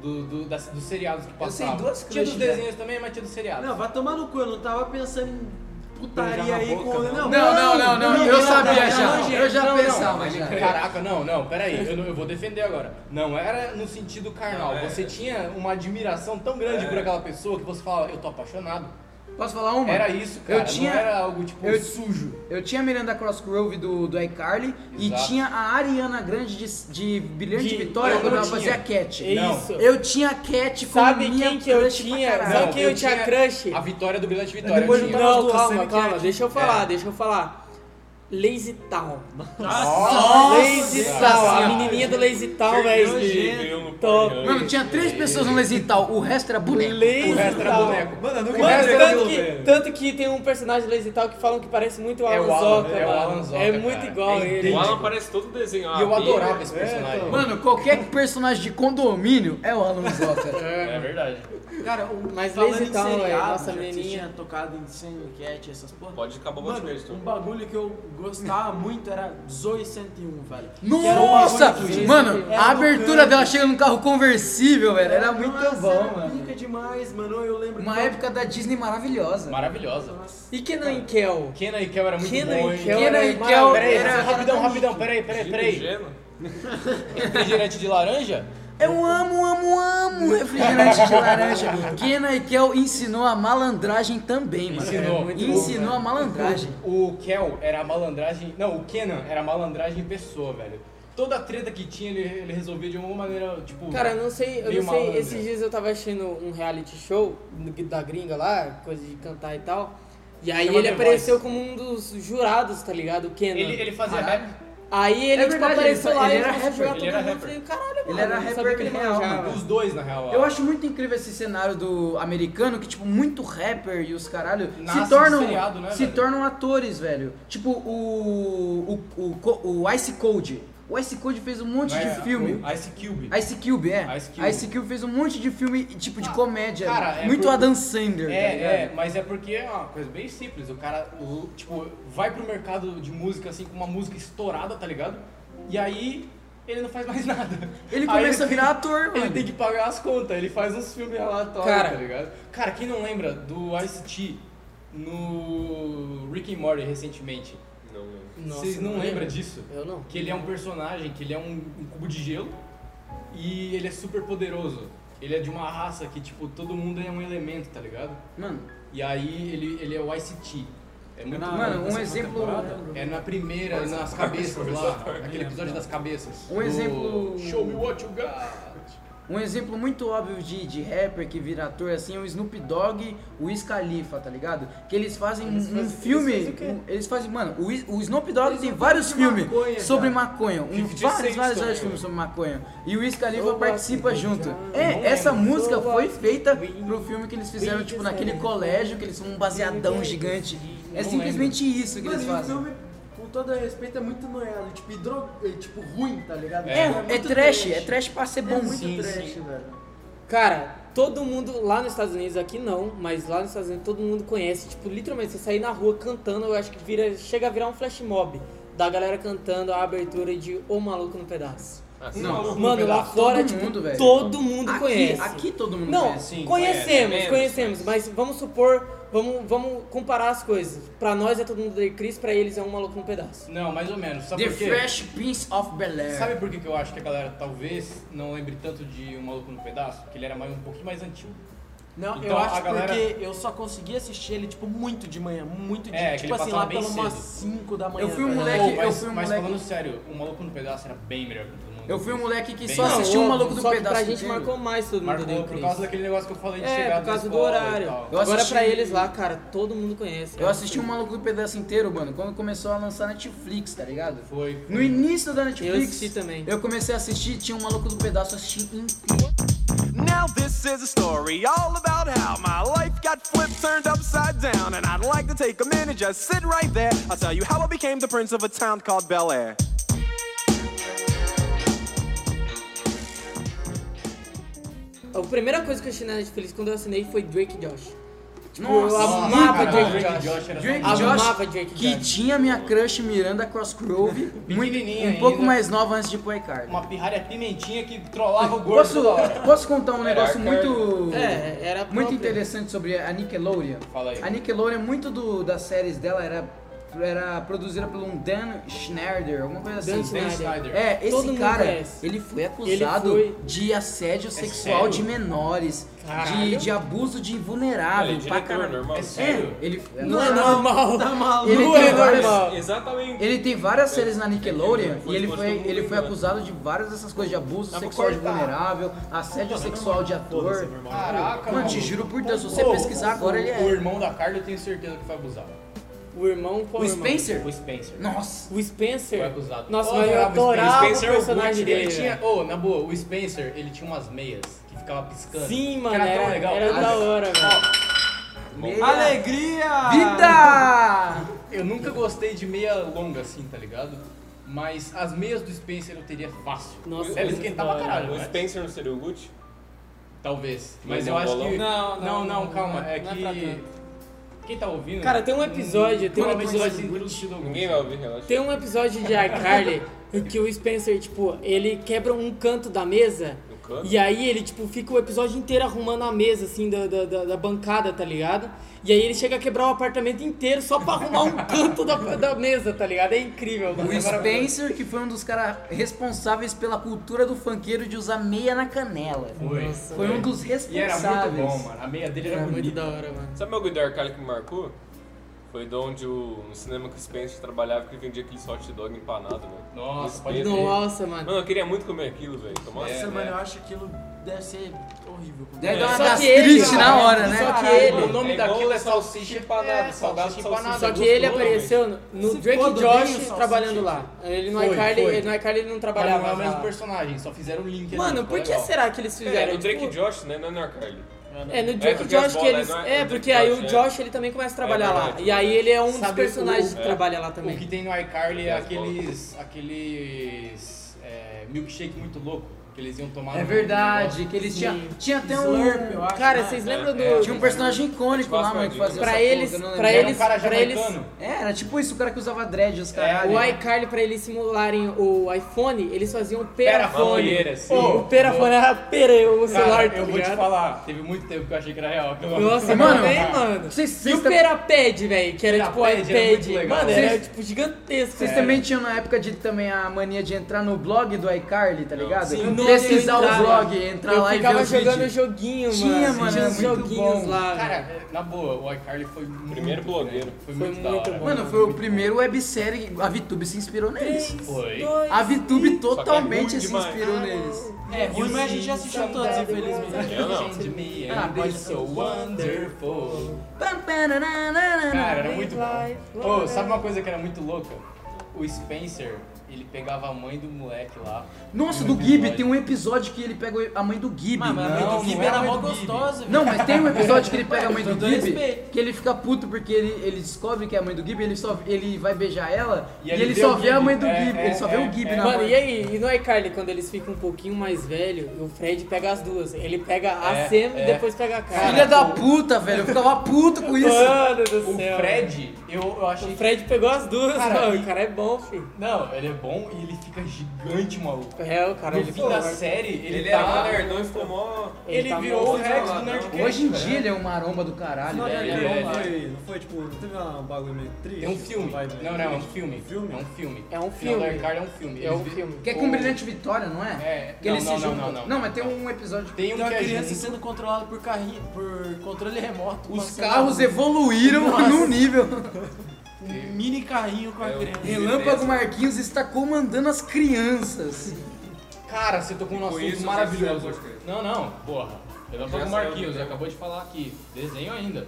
C: do, do- das- dos seriados que
G: sei
C: passavam.
G: duas
C: tinha dos
G: crush, velho.
C: desenhos também, mas tinha dos seriados.
E: Não, vai tomar no cu, eu não tava pensando em putaria aí com.
C: né?
E: Não,
G: Não, não, não, não.
E: não,
G: eu
E: não,
G: sabia
E: não,
G: já.
E: não,
G: eu já
C: não,
G: pensava,
C: não,
G: já.
C: Caraca, não, não, peraí, eu, não- eu vou defender agora. Não era no sentido carnal,
F: Não, é.
C: você tinha uma admiração tão grande por aquela pessoa que você fala, eu tô apaixonado.
G: Posso falar uma?
C: Era isso, cara,
G: Eu tinha-
C: não era algo tipo
G: eu-
C: sujo.
G: Eu tinha a Miranda Crossgrove do, do iCarly e
C: Exato.
G: tinha a Ariana Grande de, de Brilhante
B: De-
G: Vitória
C: eu
G: quando
C: não
G: ela
C: tinha.
G: fazia a Cat.
B: É
C: Não.
B: isso.
G: Eu tinha a Cat como
B: Sabe
G: minha
B: quem que eu
G: crush pra
B: tinha?
G: caralho.
B: Sabe quem eu tinha crush?
C: A vitória do Brilhante Vitória.
E: Depois
C: eu
E: eu
C: tinha.
E: tava-
B: Não,
E: duas,
B: calma,
E: sabe que
B: calma,
E: é?
B: deixa eu falar, deixa eu falar. Lazy Town.
E: Nossa,
B: Lazy
E: Senhora.
B: Town, a menininha do Lazy Town,
E: Fernando
F: é
B: velho.
E: Gênero.
F: Eu no
B: Top.
F: Pornhub.
G: Mano, tinha três pessoas no Lazy Tal, o resto era boneco.
C: O
B: Lazy
C: resto era
B: Town.
C: boneco.
D: Mano, eu nunca
B: Mano,
D: vi
B: tanto
D: aquilo,
B: que,
D: velho.
B: tanto que tem um personagem do Lazy Town que falam que parece muito o
C: É
B: Alan
C: o Alan,
B: Zoka,
C: é o
B: mano.
C: Alan Zoka,
B: é muito
C: cara.
B: igual
C: É
B: ele.
F: O Alan parece todo desenho. Ah,
C: E eu adorava esse personagem.
D: então.
G: Mano, qualquer personagem de condomínio é o Alan Zoka.
C: [laughs] É verdade.
E: Cara, o,
B: Mas
E: falando
B: Lazy
E: em
B: Town,
E: seriado,
B: velho, nossa,
E: já que vocês
B: menininha.
E: tinham tocado em Sam Cat, essas porra.
F: Pode acabar o
E: Mano,
F: podcast. então.
E: um bagulho que eu gostava muito era Zoe 101, velho.
B: um
G: Nossa!
E: bagulho
G: Mano,
E: Era
G: a
E: do
G: abertura
E: canto.
G: dela chega num carro conversível, velho. Era muito
E: Nossa,
G: bom,
E: era
G: mano.
E: pica demais, mano. Eu lembro
G: Uma
E: que-
G: época da Disney maravilhosa.
C: Maravilhosa.
B: E Kenan e Kel?
C: Kenan e Kel era muito
B: Kenan
C: bom,
B: e
C: hein?
B: Kel
G: Kenan
B: era
G: e Kel
B: maravilhoso.
C: Peraí,
G: Era-
C: rapidão, rapidão, peraí, peraí, peraí.
F: Gênero.
C: [laughs] Refrigerante de laranja?
G: Eu amo, amo, amo refrigerante de laranja. Kenan e Kel ensinou a malandragem também, mano.
C: Ensinou.
G: Muito ensinou a malandragem.
C: O Kel era a malandragem. Não, o Kenan era a malandragem em pessoa, velho. Toda a treta que tinha ele, ele resolvia de alguma maneira, tipo.
B: Cara, eu não sei, eu
C: meio
B: não sei,
C: malandro.
B: esses dias eu tava assistindo um reality show da gringa lá, coisa de cantar e tal. E aí
C: Chama
B: ele
C: The
B: apareceu
C: Voice.
B: como um dos jurados, tá ligado? O Kenan.
C: Ele, ele fazia
G: Caralho.
C: rap.
B: Aí ele
G: É
B: tipo,
G: verdade,
B: apareceu
G: ele-
B: lá e
G: ele era
B: começou a
G: rapper,
B: jogar
C: ele era
B: todo mundo. Eu
C: rapper.
B: falei, caralho, mano.
G: Ele era
B: eu não sabia
G: rapper
B: que ele
G: real,
B: manjava.
G: mano.
C: Os dois, na real.
G: Eu acho muito incrível esse cenário do americano que, tipo, muito rapper e os caralho
C: Nasce
G: se tornam,
C: de seriado, né,
G: se
C: velho?
G: tornam atores, velho. Tipo, o, o, o, Co- o Ice Code. O Ice Code fez um monte
C: Não é?
G: de filme.
C: Ice Cube.
G: Ice Cube, é.
C: Ice Cube. Ah,
G: fez um monte de filme, tipo, de comédia.
C: cara, é
G: muito
C: por-
G: Adam Sandler, tá ligado?
C: É, é, mas é porque é uma coisa bem simples. O cara, o- tipo, vai pro mercado de música, assim, com uma música estourada, tá ligado? E aí ele não faz mais [laughs] nada.
G: Ele
C: Aí
G: começa a
C: tem-
G: virar ator, mano.
C: [laughs] Ele tem que pagar as contas, ele faz uns filmes relatórios,
B: Cara.
C: tá ligado? Cara, quem não lembra do Ice-T no Rick and Morty recentemente?
F: Não lembro.
B: Nossa,
C: Vocês não
B: mano.
C: lembram disso?
B: Eu não.
C: Que ele é um personagem, que ele é um, um cubo de gelo e ele é super poderoso. Ele é de uma raça que, tipo, todo mundo é um elemento, tá ligado?
G: Mano,
C: E aí ele, ele é o ICT. É muito
E: na-
G: mano, um
E: nessa
G: exemplo.
E: temporada?
C: É na primeira, nas cabeças lá, aquele episódio das cabeças.
G: Um
C: Do
G: exemplo-
C: Show me what you got!
G: Um exemplo muito óbvio de, de rapper que vira ator assim é o Snoop Dogg, o Wiz Khalifa, tá ligado? Que eles fazem um- um filme. um- Eles fazem, mano, o, Wiz- o Snoop Dogg tem vários
E: filme de
G: filmes
E: maconha,
G: sobre
E: cara.
G: maconha. Um, vários,
C: Fifty Cent
G: vários,
C: também,
G: vários
C: velho.
G: filmes sobre maconha. E o Wiz Khalifa
B: Eu
G: participa
B: gosto de
G: junto.
B: John,
G: É,
C: não
G: essa
B: lembro.
G: música
B: Eu
G: foi
B: gosto
G: feita
B: de Wiz.
G: pro filme que eles fizeram,
B: Wiz
G: tipo, naquele
B: Khalifa.
G: colégio, que eles são um baseadão
B: Wiz
G: gigante. É
C: Não
G: simplesmente isso que eles
E: Mano, e o
G: fazem.
E: filme, com todo respeito, é muito noiado. Tipo, e dro- é, tipo ruim, tá ligado?
G: É, é
E: muito
G: trash, é trash pra ser assim.
E: É
G: bom.
E: muito
C: Sim,
E: trash,
C: sim.
E: velho.
B: Cara, todo mundo lá nos Estados Unidos, aqui não, mas lá nos Estados Unidos todo mundo conhece. Tipo, literalmente, você sair na rua cantando, eu acho que vira, chega a virar um flash mob da galera cantando a abertura de O Maluco no Pedaço.
F: Ah,
C: Um maluco no
B: Mano, lá
C: pedaço.
B: fora,
G: Todo
B: tipo,
G: mundo, velho.
B: todo mundo
G: aqui,
B: conhece.
G: aqui todo mundo
B: Não,
G: conhece.
C: sim,
B: conhecemos,
F: conhece,
B: conhecemos, mas vamos supor, vamos, vamos comparar as coisas. Pra nós é todo mundo de Chris, pra eles é um maluco no pedaço.
C: Não, mais ou menos. Sabe
G: The
C: por quê?
G: Fresh Prince of Bel Air.
C: Sabe por que que eu acho que a galera talvez não lembre tanto de Um Maluco no Pedaço? Que ele era mais, um pouquinho mais antigo.
E: Não, eu
C: Então, a
E: acho
C: galera-
E: porque eu só consegui assistir ele, tipo, muito de manhã. Muito de
C: É, que ele
E: Tipo assim, lá
C: passava bem
E: pelo umas
C: cedo.
E: 5 da manhã.
G: Eu fui um
E: tá ligado?
G: moleque-
C: Pô, mas,
G: eu fui um
C: mas
G: moleque-
C: falando sério, Um Maluco no Pedaço era bem melhor que todo mundo.
G: Eu fui um moleque que
C: Bem,
G: só
C: não,
G: assistiu o
B: óbvio,
G: Maluco do
B: só que
G: Pedaço.
B: Pra gente
G: inteiro.
B: marcou mais todo mundo
C: Marcou
B: de
C: por
B: Chris.
C: causa daquele negócio que eu falei de
B: É,
C: chegar
B: por
C: da
B: causa do
C: escola e
B: horário.
C: tal.
G: Eu
B: Agora
G: assisti- um-
B: pra eles lá, cara, todo mundo conhece.
G: Eu assisti o Maluco do Pedaço inteiro, mano, quando começou a lançar Netflix, tá ligado?
C: Foi. foi.
G: No início da Netflix,
B: assisti também.
G: eu comecei a assistir, tinha um Maluco do Pedaço, eu assisti inteiro.
A: Now
H: Now this is a story all about how my life got flipped, turned upside down. And I'd like to take a minute, just sit right there. I'll tell you how I became the prince of a town called Bel Air.
B: A primeira coisa que eu achei na Netflix quando eu assinei foi Drake e Josh. Tipo, eu
G: Nossa,
B: amava
G: cara,
B: Drake e
C: Drake
B: Josh.
C: e Josh era
G: Drake
B: só-
G: Josh,
B: Amava Drake
G: que
B: Josh.
G: tinha minha crush Miranda Crossgrove,
C: [laughs]
G: muito,
C: Pequenininha
G: um pouco
C: ainda.
G: mais nova antes de ir pro iCarly.
C: Uma pirralha pimentinha que trollava
G: [laughs]
C: o gordo
G: Posso,
C: toda hora.
G: posso contar
C: É,
G: um negócio
F: iCarly.
G: muito...
B: É, era
G: Muito
B: próprio.
G: interessante sobre a Nickelodeon.
C: Fala aí.
G: A Nickelodeon, muito do- das séries dela era, era produzida por um Dan Schneider, alguma coisa
B: Dan
G: assim.
C: Ben
B: Snyder.
C: Snyder.
G: É, esse
B: Todo mundo
G: cara,
B: conhece.
G: ele foi
B: Ele
G: acusado
B: foi-
G: de assédio sexual
C: É sério?
G: de menores, de,
B: Caralho.
G: de abuso de
F: Ele
C: Ah,
G: vulnerável,
F: é
G: pra
F: diretor,
G: caralho.
F: normal.
C: É sério?
G: Ele,
B: Não é normal.
E: Tá maluco.
G: Ele
B: Não
G: tem
B: é
G: vários-
B: normal.
F: Exatamente.
G: Ele tem várias séries na Nickelodeon
F: Foi
G: e ele
F: exposto
G: foi,
F: todo
G: ele
F: mundo,
G: foi
F: né?
G: acusado de várias dessas coisas, de abuso
C: vou
G: sexual de
C: cortar.
G: vulnerável, assédio sexual de
D: Foda-se,
G: ator.
D: meu irmão.
C: Caraca,
G: Mano,
C: mano.
G: te juro por Deus, se você
C: Pô,
G: pesquisar agora, ele
C: O
G: é...
C: irmão da Carla eu tenho certeza que foi abusado.
B: O irmão qual
G: O
B: irmão?
G: Spencer?
C: O Spencer.
G: Nossa!
B: O Spencer.
C: Foi acusado.
B: Nossa,
C: Oh,
B: mas eu
C: adorava o Spencer.
B: adorava o
C: Spencer é
B: personagem
C: Ele
B: dele.
C: tinha, oh, na boa, o Spencer, ele tinha umas meias que ficava piscando.
B: Sim,
C: né? Que
B: mano,
C: Era tão
B: era,
C: legal.
B: era da hora, velho.
G: Meia-
E: Alegria!
G: Vida!
C: Eu nunca gostei de meia longa assim, tá ligado? Mas as meias do Spencer eu teria fácil.
B: Nossa,
C: Ela
B: muito da
C: esquentava
B: hora.
C: caralho,
F: O
C: né?
F: Spencer não seria o Gucci?
C: Talvez.
F: Mas
C: Mas
F: é
C: eu
F: um
C: acho
F: bolão?
C: que.
E: Não, não,
C: não, não,
E: não,
C: calma.
E: não,
C: é
E: não é
C: que.
E: pra tanto.
C: Quem tá ouvindo.
B: Cara, tem um episódio, tem um
C: provavelmente vai
B: episódio
C: se
B: muito-
C: divertir algum.
F: Ninguém vai ouvir, relaxa.
B: Tem um episódio de
C: [laughs]
B: iCarly em que o Spencer, tipo, ele quebra um canto da mesa.
F: No canto?
B: E aí ele, tipo, fica o episódio inteiro arrumando a mesa, assim, da, da, da- da bancada, tá ligado? E aí ele chega a quebrar o apartamento inteiro só pra arrumar [laughs] um canto da, da mesa, tá ligado? É incrível, mano.
G: O Spencer, que foi um dos caras responsáveis pela cultura do funkeiro de usar meia na canela.
C: Foi.
G: Foi um dos
C: E era muito
G: responsáveis.
C: bom, mano. A meia dele era,
B: Era muito
C: bonita.
B: da hora, mano.
F: Sabe o meu Guido Arcalho que me marcou? Foi de onde o, no cinema que o Spencer trabalhava que ele vendia aqueles hot dog empanado, né?
C: Nossa,
F: O
C: pode
F: Spencer-
B: Nossa, mano.
F: Mano, eu queria muito comer aquilo, velho. Tomar
C: É,
F: uma
E: Nossa, mano,
C: né?
E: eu acho que aquilo deve ser horrível.
B: É.
C: É.
G: Deve dar uma
B: Só que
G: gastrite
B: ele-
G: na hora, né?
B: Só que
C: O
B: ele,
C: nome
F: É
C: daquilo
F: igual
C: é salsicha empanada. salsicha
F: é, salsicha
C: empanada.
B: tipo, só que
F: gostoso,
B: ele é
F: velho.
B: apareceu no- no
E: Se
B: Drake e
E: foda, odeio
B: Josh
E: salsicha.
B: trabalhando lá. Ele no
C: Foi,
B: iCarly,
C: foi.
B: ele no iCarly ele não
C: Mas
B: trabalhava.
C: não é o mesmo
B: lá.
C: personagem, só fizeram o link ali.
B: Mano,
C: ficou
B: por que
C: legal.
B: será que eles
F: É,
B: fizeram?
F: no Drake e
B: Tipo,
F: Josh, né? Não é no Arcalho.
B: É, no Drake e
F: porque as
B: Josh que
F: bolas
B: eles.
F: não é-
B: É,
F: no
B: porque
F: Drake
B: aí o
F: Josh, é.
B: Josh ele também começa a trabalhar
F: É
B: lá.
F: verdade.
B: E aí ele é um dos
C: Sabe
B: personagens
C: o-
B: que trabalha lá
C: O que
B: também.
C: tem no iCarly é
F: As
C: aqueles. aqueles. é, milkshake muito louco que eles iam tomar.
G: É
C: no-
G: verdade, que eles tinham. Tinha até
E: Slurp, eu
G: um.
E: acho.
B: Cara,
E: né?
B: vocês lembram
F: é,
B: do.
G: Tinha um personagem icônico lá, mano, que fazia
B: Pra
G: essa
B: eles-
G: porra, eu não
B: pra
G: lembro.
C: Era um
B: eles-
C: cara
B: pra eles-
C: jamaicano.
G: É, era tipo isso, o cara que usava dread,
E: É,
G: os caralho.
B: O iCarly, pra eles simularem o iPhone, eles faziam
C: Perafone.
B: perafone.
C: assim.
B: Pô, o perafone era pera, o celular,
C: Cara, eu
B: tá
C: vou te
B: ligado?
C: falar, teve muito tempo que eu achei que era real. aquilo lá.
B: Nossa,
G: Mano,
B: mano, também, mano.
G: vocês-
B: E o
G: vocês-
B: Perapad, velho, que era tipo o
C: Perapad era muito
B: iPad.
C: legal.
B: Mano, era
G: Vocês-
B: tipo gigantesco.
G: Vocês
B: velho.
G: também tinham na época de também a mania de entrar no blog do iCarly, tá ligado?
B: Sim,
G: Pesquisar
B: nossa, eu
G: o
B: entrava.
G: blog, entrar
B: eu
G: lá e ver
B: ficava
G: os vídeos.
B: jogando joguinho,
G: Tinha,
B: mano. Tinha
G: mano, era
B: uns
G: muito
B: joguinhos
G: bom.
B: lá. velho.
C: Cara, na boa, o iCarly foi muito.
F: Primeiro blogueiro.
C: velho.
B: Foi
C: Foi muito, da
B: muito
C: hora.
B: bom.
G: Mano, foi o primeiro websérie, que a VTube se inspirou neles.
C: Foi.
B: Dois,
G: A VTube
F: Só que é
G: totalmente
F: ruim
G: se
F: demais.
G: inspirou neles.
E: É, ruim, mas a gente já assistiu todos, infelizmente.
F: Eu não.
C: Ah, pode ser wonderful. Cara, era muito bom. Ô, sabe uma coisa que era muito louca? O Spencer, ele pegava a mãe do moleque lá.
G: Nossa,
C: Um
G: do Gibi,
C: episódio.
G: tem um episódio que ele pega a mãe do Gibi.
E: Mano, mas a
C: Não,
E: mãe
C: não
E: do Gibi
C: é a
E: era
C: mãe
E: mó
C: do Gibi.
E: gostosa, velho.
G: Não, mas tem um episódio que ele pega a mãe do
E: Com todo
G: Gibi
E: respeito.
G: que ele fica puto porque ele, ele descobre que é a mãe do Gibi, ele só ele vai beijar ela e,
C: E
G: ele,
C: ele vê
G: só
C: o
G: vê a
C: Gibi.
G: mãe do
C: É,
G: Gibi,
C: é,
G: ele só vê
C: é,
G: o Gibi
C: é.
G: na
B: Mano,
G: mão.
B: e aí, e no iCarly, quando eles ficam um pouquinho mais velhos, o Fred pega as duas. Ele pega a
C: É,
B: Sam e
C: é.
B: depois pega a Carla.
G: Filha da puta, velho, eu ficava puto com isso.
C: [laughs]
B: Mano do
C: O
B: céu.
C: Fred, eu, eu achei
B: O Fred pegou as duas,
C: Cara,
B: mano.
C: e-
B: O cara é bom, filho.
C: Não, ele é bom e ele fica gigante, maluco.
B: É, o cara
C: No
B: ele
C: fim da
B: forte.
C: série, ele,
F: Ele era
C: tá...
F: um nerdão e ficou [laughs] mó...
C: Ele,
B: tá
C: virou
B: bom.
C: o Rex do
F: Não,
C: Nerdcast.
G: Hoje em
C: velho.
G: dia ele é um maromba do caralho,
D: Não,
G: velho.
C: é,
D: não,
C: é,
D: não
C: é.
D: foi, não foi, tipo, não teve uma bagulho meio triste?
C: É um filme.
D: Uma vibe
C: Não, não,
D: meio
C: é um
D: triste?
C: filme.
D: Filme?
C: É um filme.
B: É um
C: O
B: filme.
C: Final da Arcade é um filme.
B: É um
C: Eles-
B: filme.
G: Que é
C: o-
G: com Brilhante Vitória, não é?
C: É,
G: Que eles
C: não,
G: se
C: não,
G: juntam.
C: não, não.
G: mas tem um episódio que
C: Tem um
E: Tem
C: que
E: uma
C: é
E: criança
C: junto.
E: sendo controlada por, carri... por controle remoto.
G: os
E: passando
G: carros
E: um-
G: evoluíram
E: Nossa.
G: num [laughs] nível.
E: um mini carrinho com a
F: É, o-
E: criança.
G: Relâmpago Marquinhos está comandando as crianças.
C: Cara, você tocou num
F: Com
C: assunto
F: isso,
C: maravilhoso.
F: você fez, pode crer.
C: Não, não, porra. Eu não
F: Já
C: tô com o
F: saiu
C: Marquinhos,
F: do-
C: acabou de falar aqui. Desenho ainda.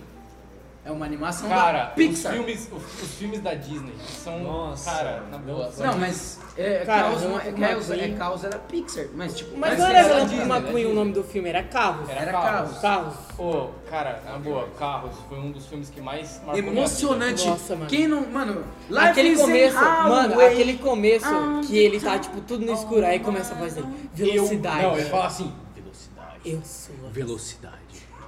G: É uma animação da
C: Cara, os
G: Pixar.
C: filmes, os, os filmes da Disney são.
D: Nossa.
C: Cara, na boa. são-
G: Não, mas é,
B: Cara,
G: Causa
B: Roma-
G: é, causa,
B: McQueen.
G: é causa da Pixar. Mas tipo,
B: Mas
C: Mas
B: não
C: era
B: era
C: Disney,
B: Relâmpago
C: era
B: McQueen o
C: Disney.
B: nome do filme, era Carros.
C: Era
G: era
C: Carros.
G: caos.
B: Carros.
C: Pô, cara, na boa, Carros foi um dos filmes que mais marcou. minha vida.
G: Emocionante.
B: Nossa, mano.
G: Quem não. Mano, Life
B: Aquele
G: is in
B: começo, mano,
G: Highway.
B: aquele começo
G: Ah,
B: que ele tá, tipo, tudo no escuro, aí começa a voz dele. Velocidade.
C: Não, ele fala assim, velocidade.
B: Eu sou. a-
C: Velocidade.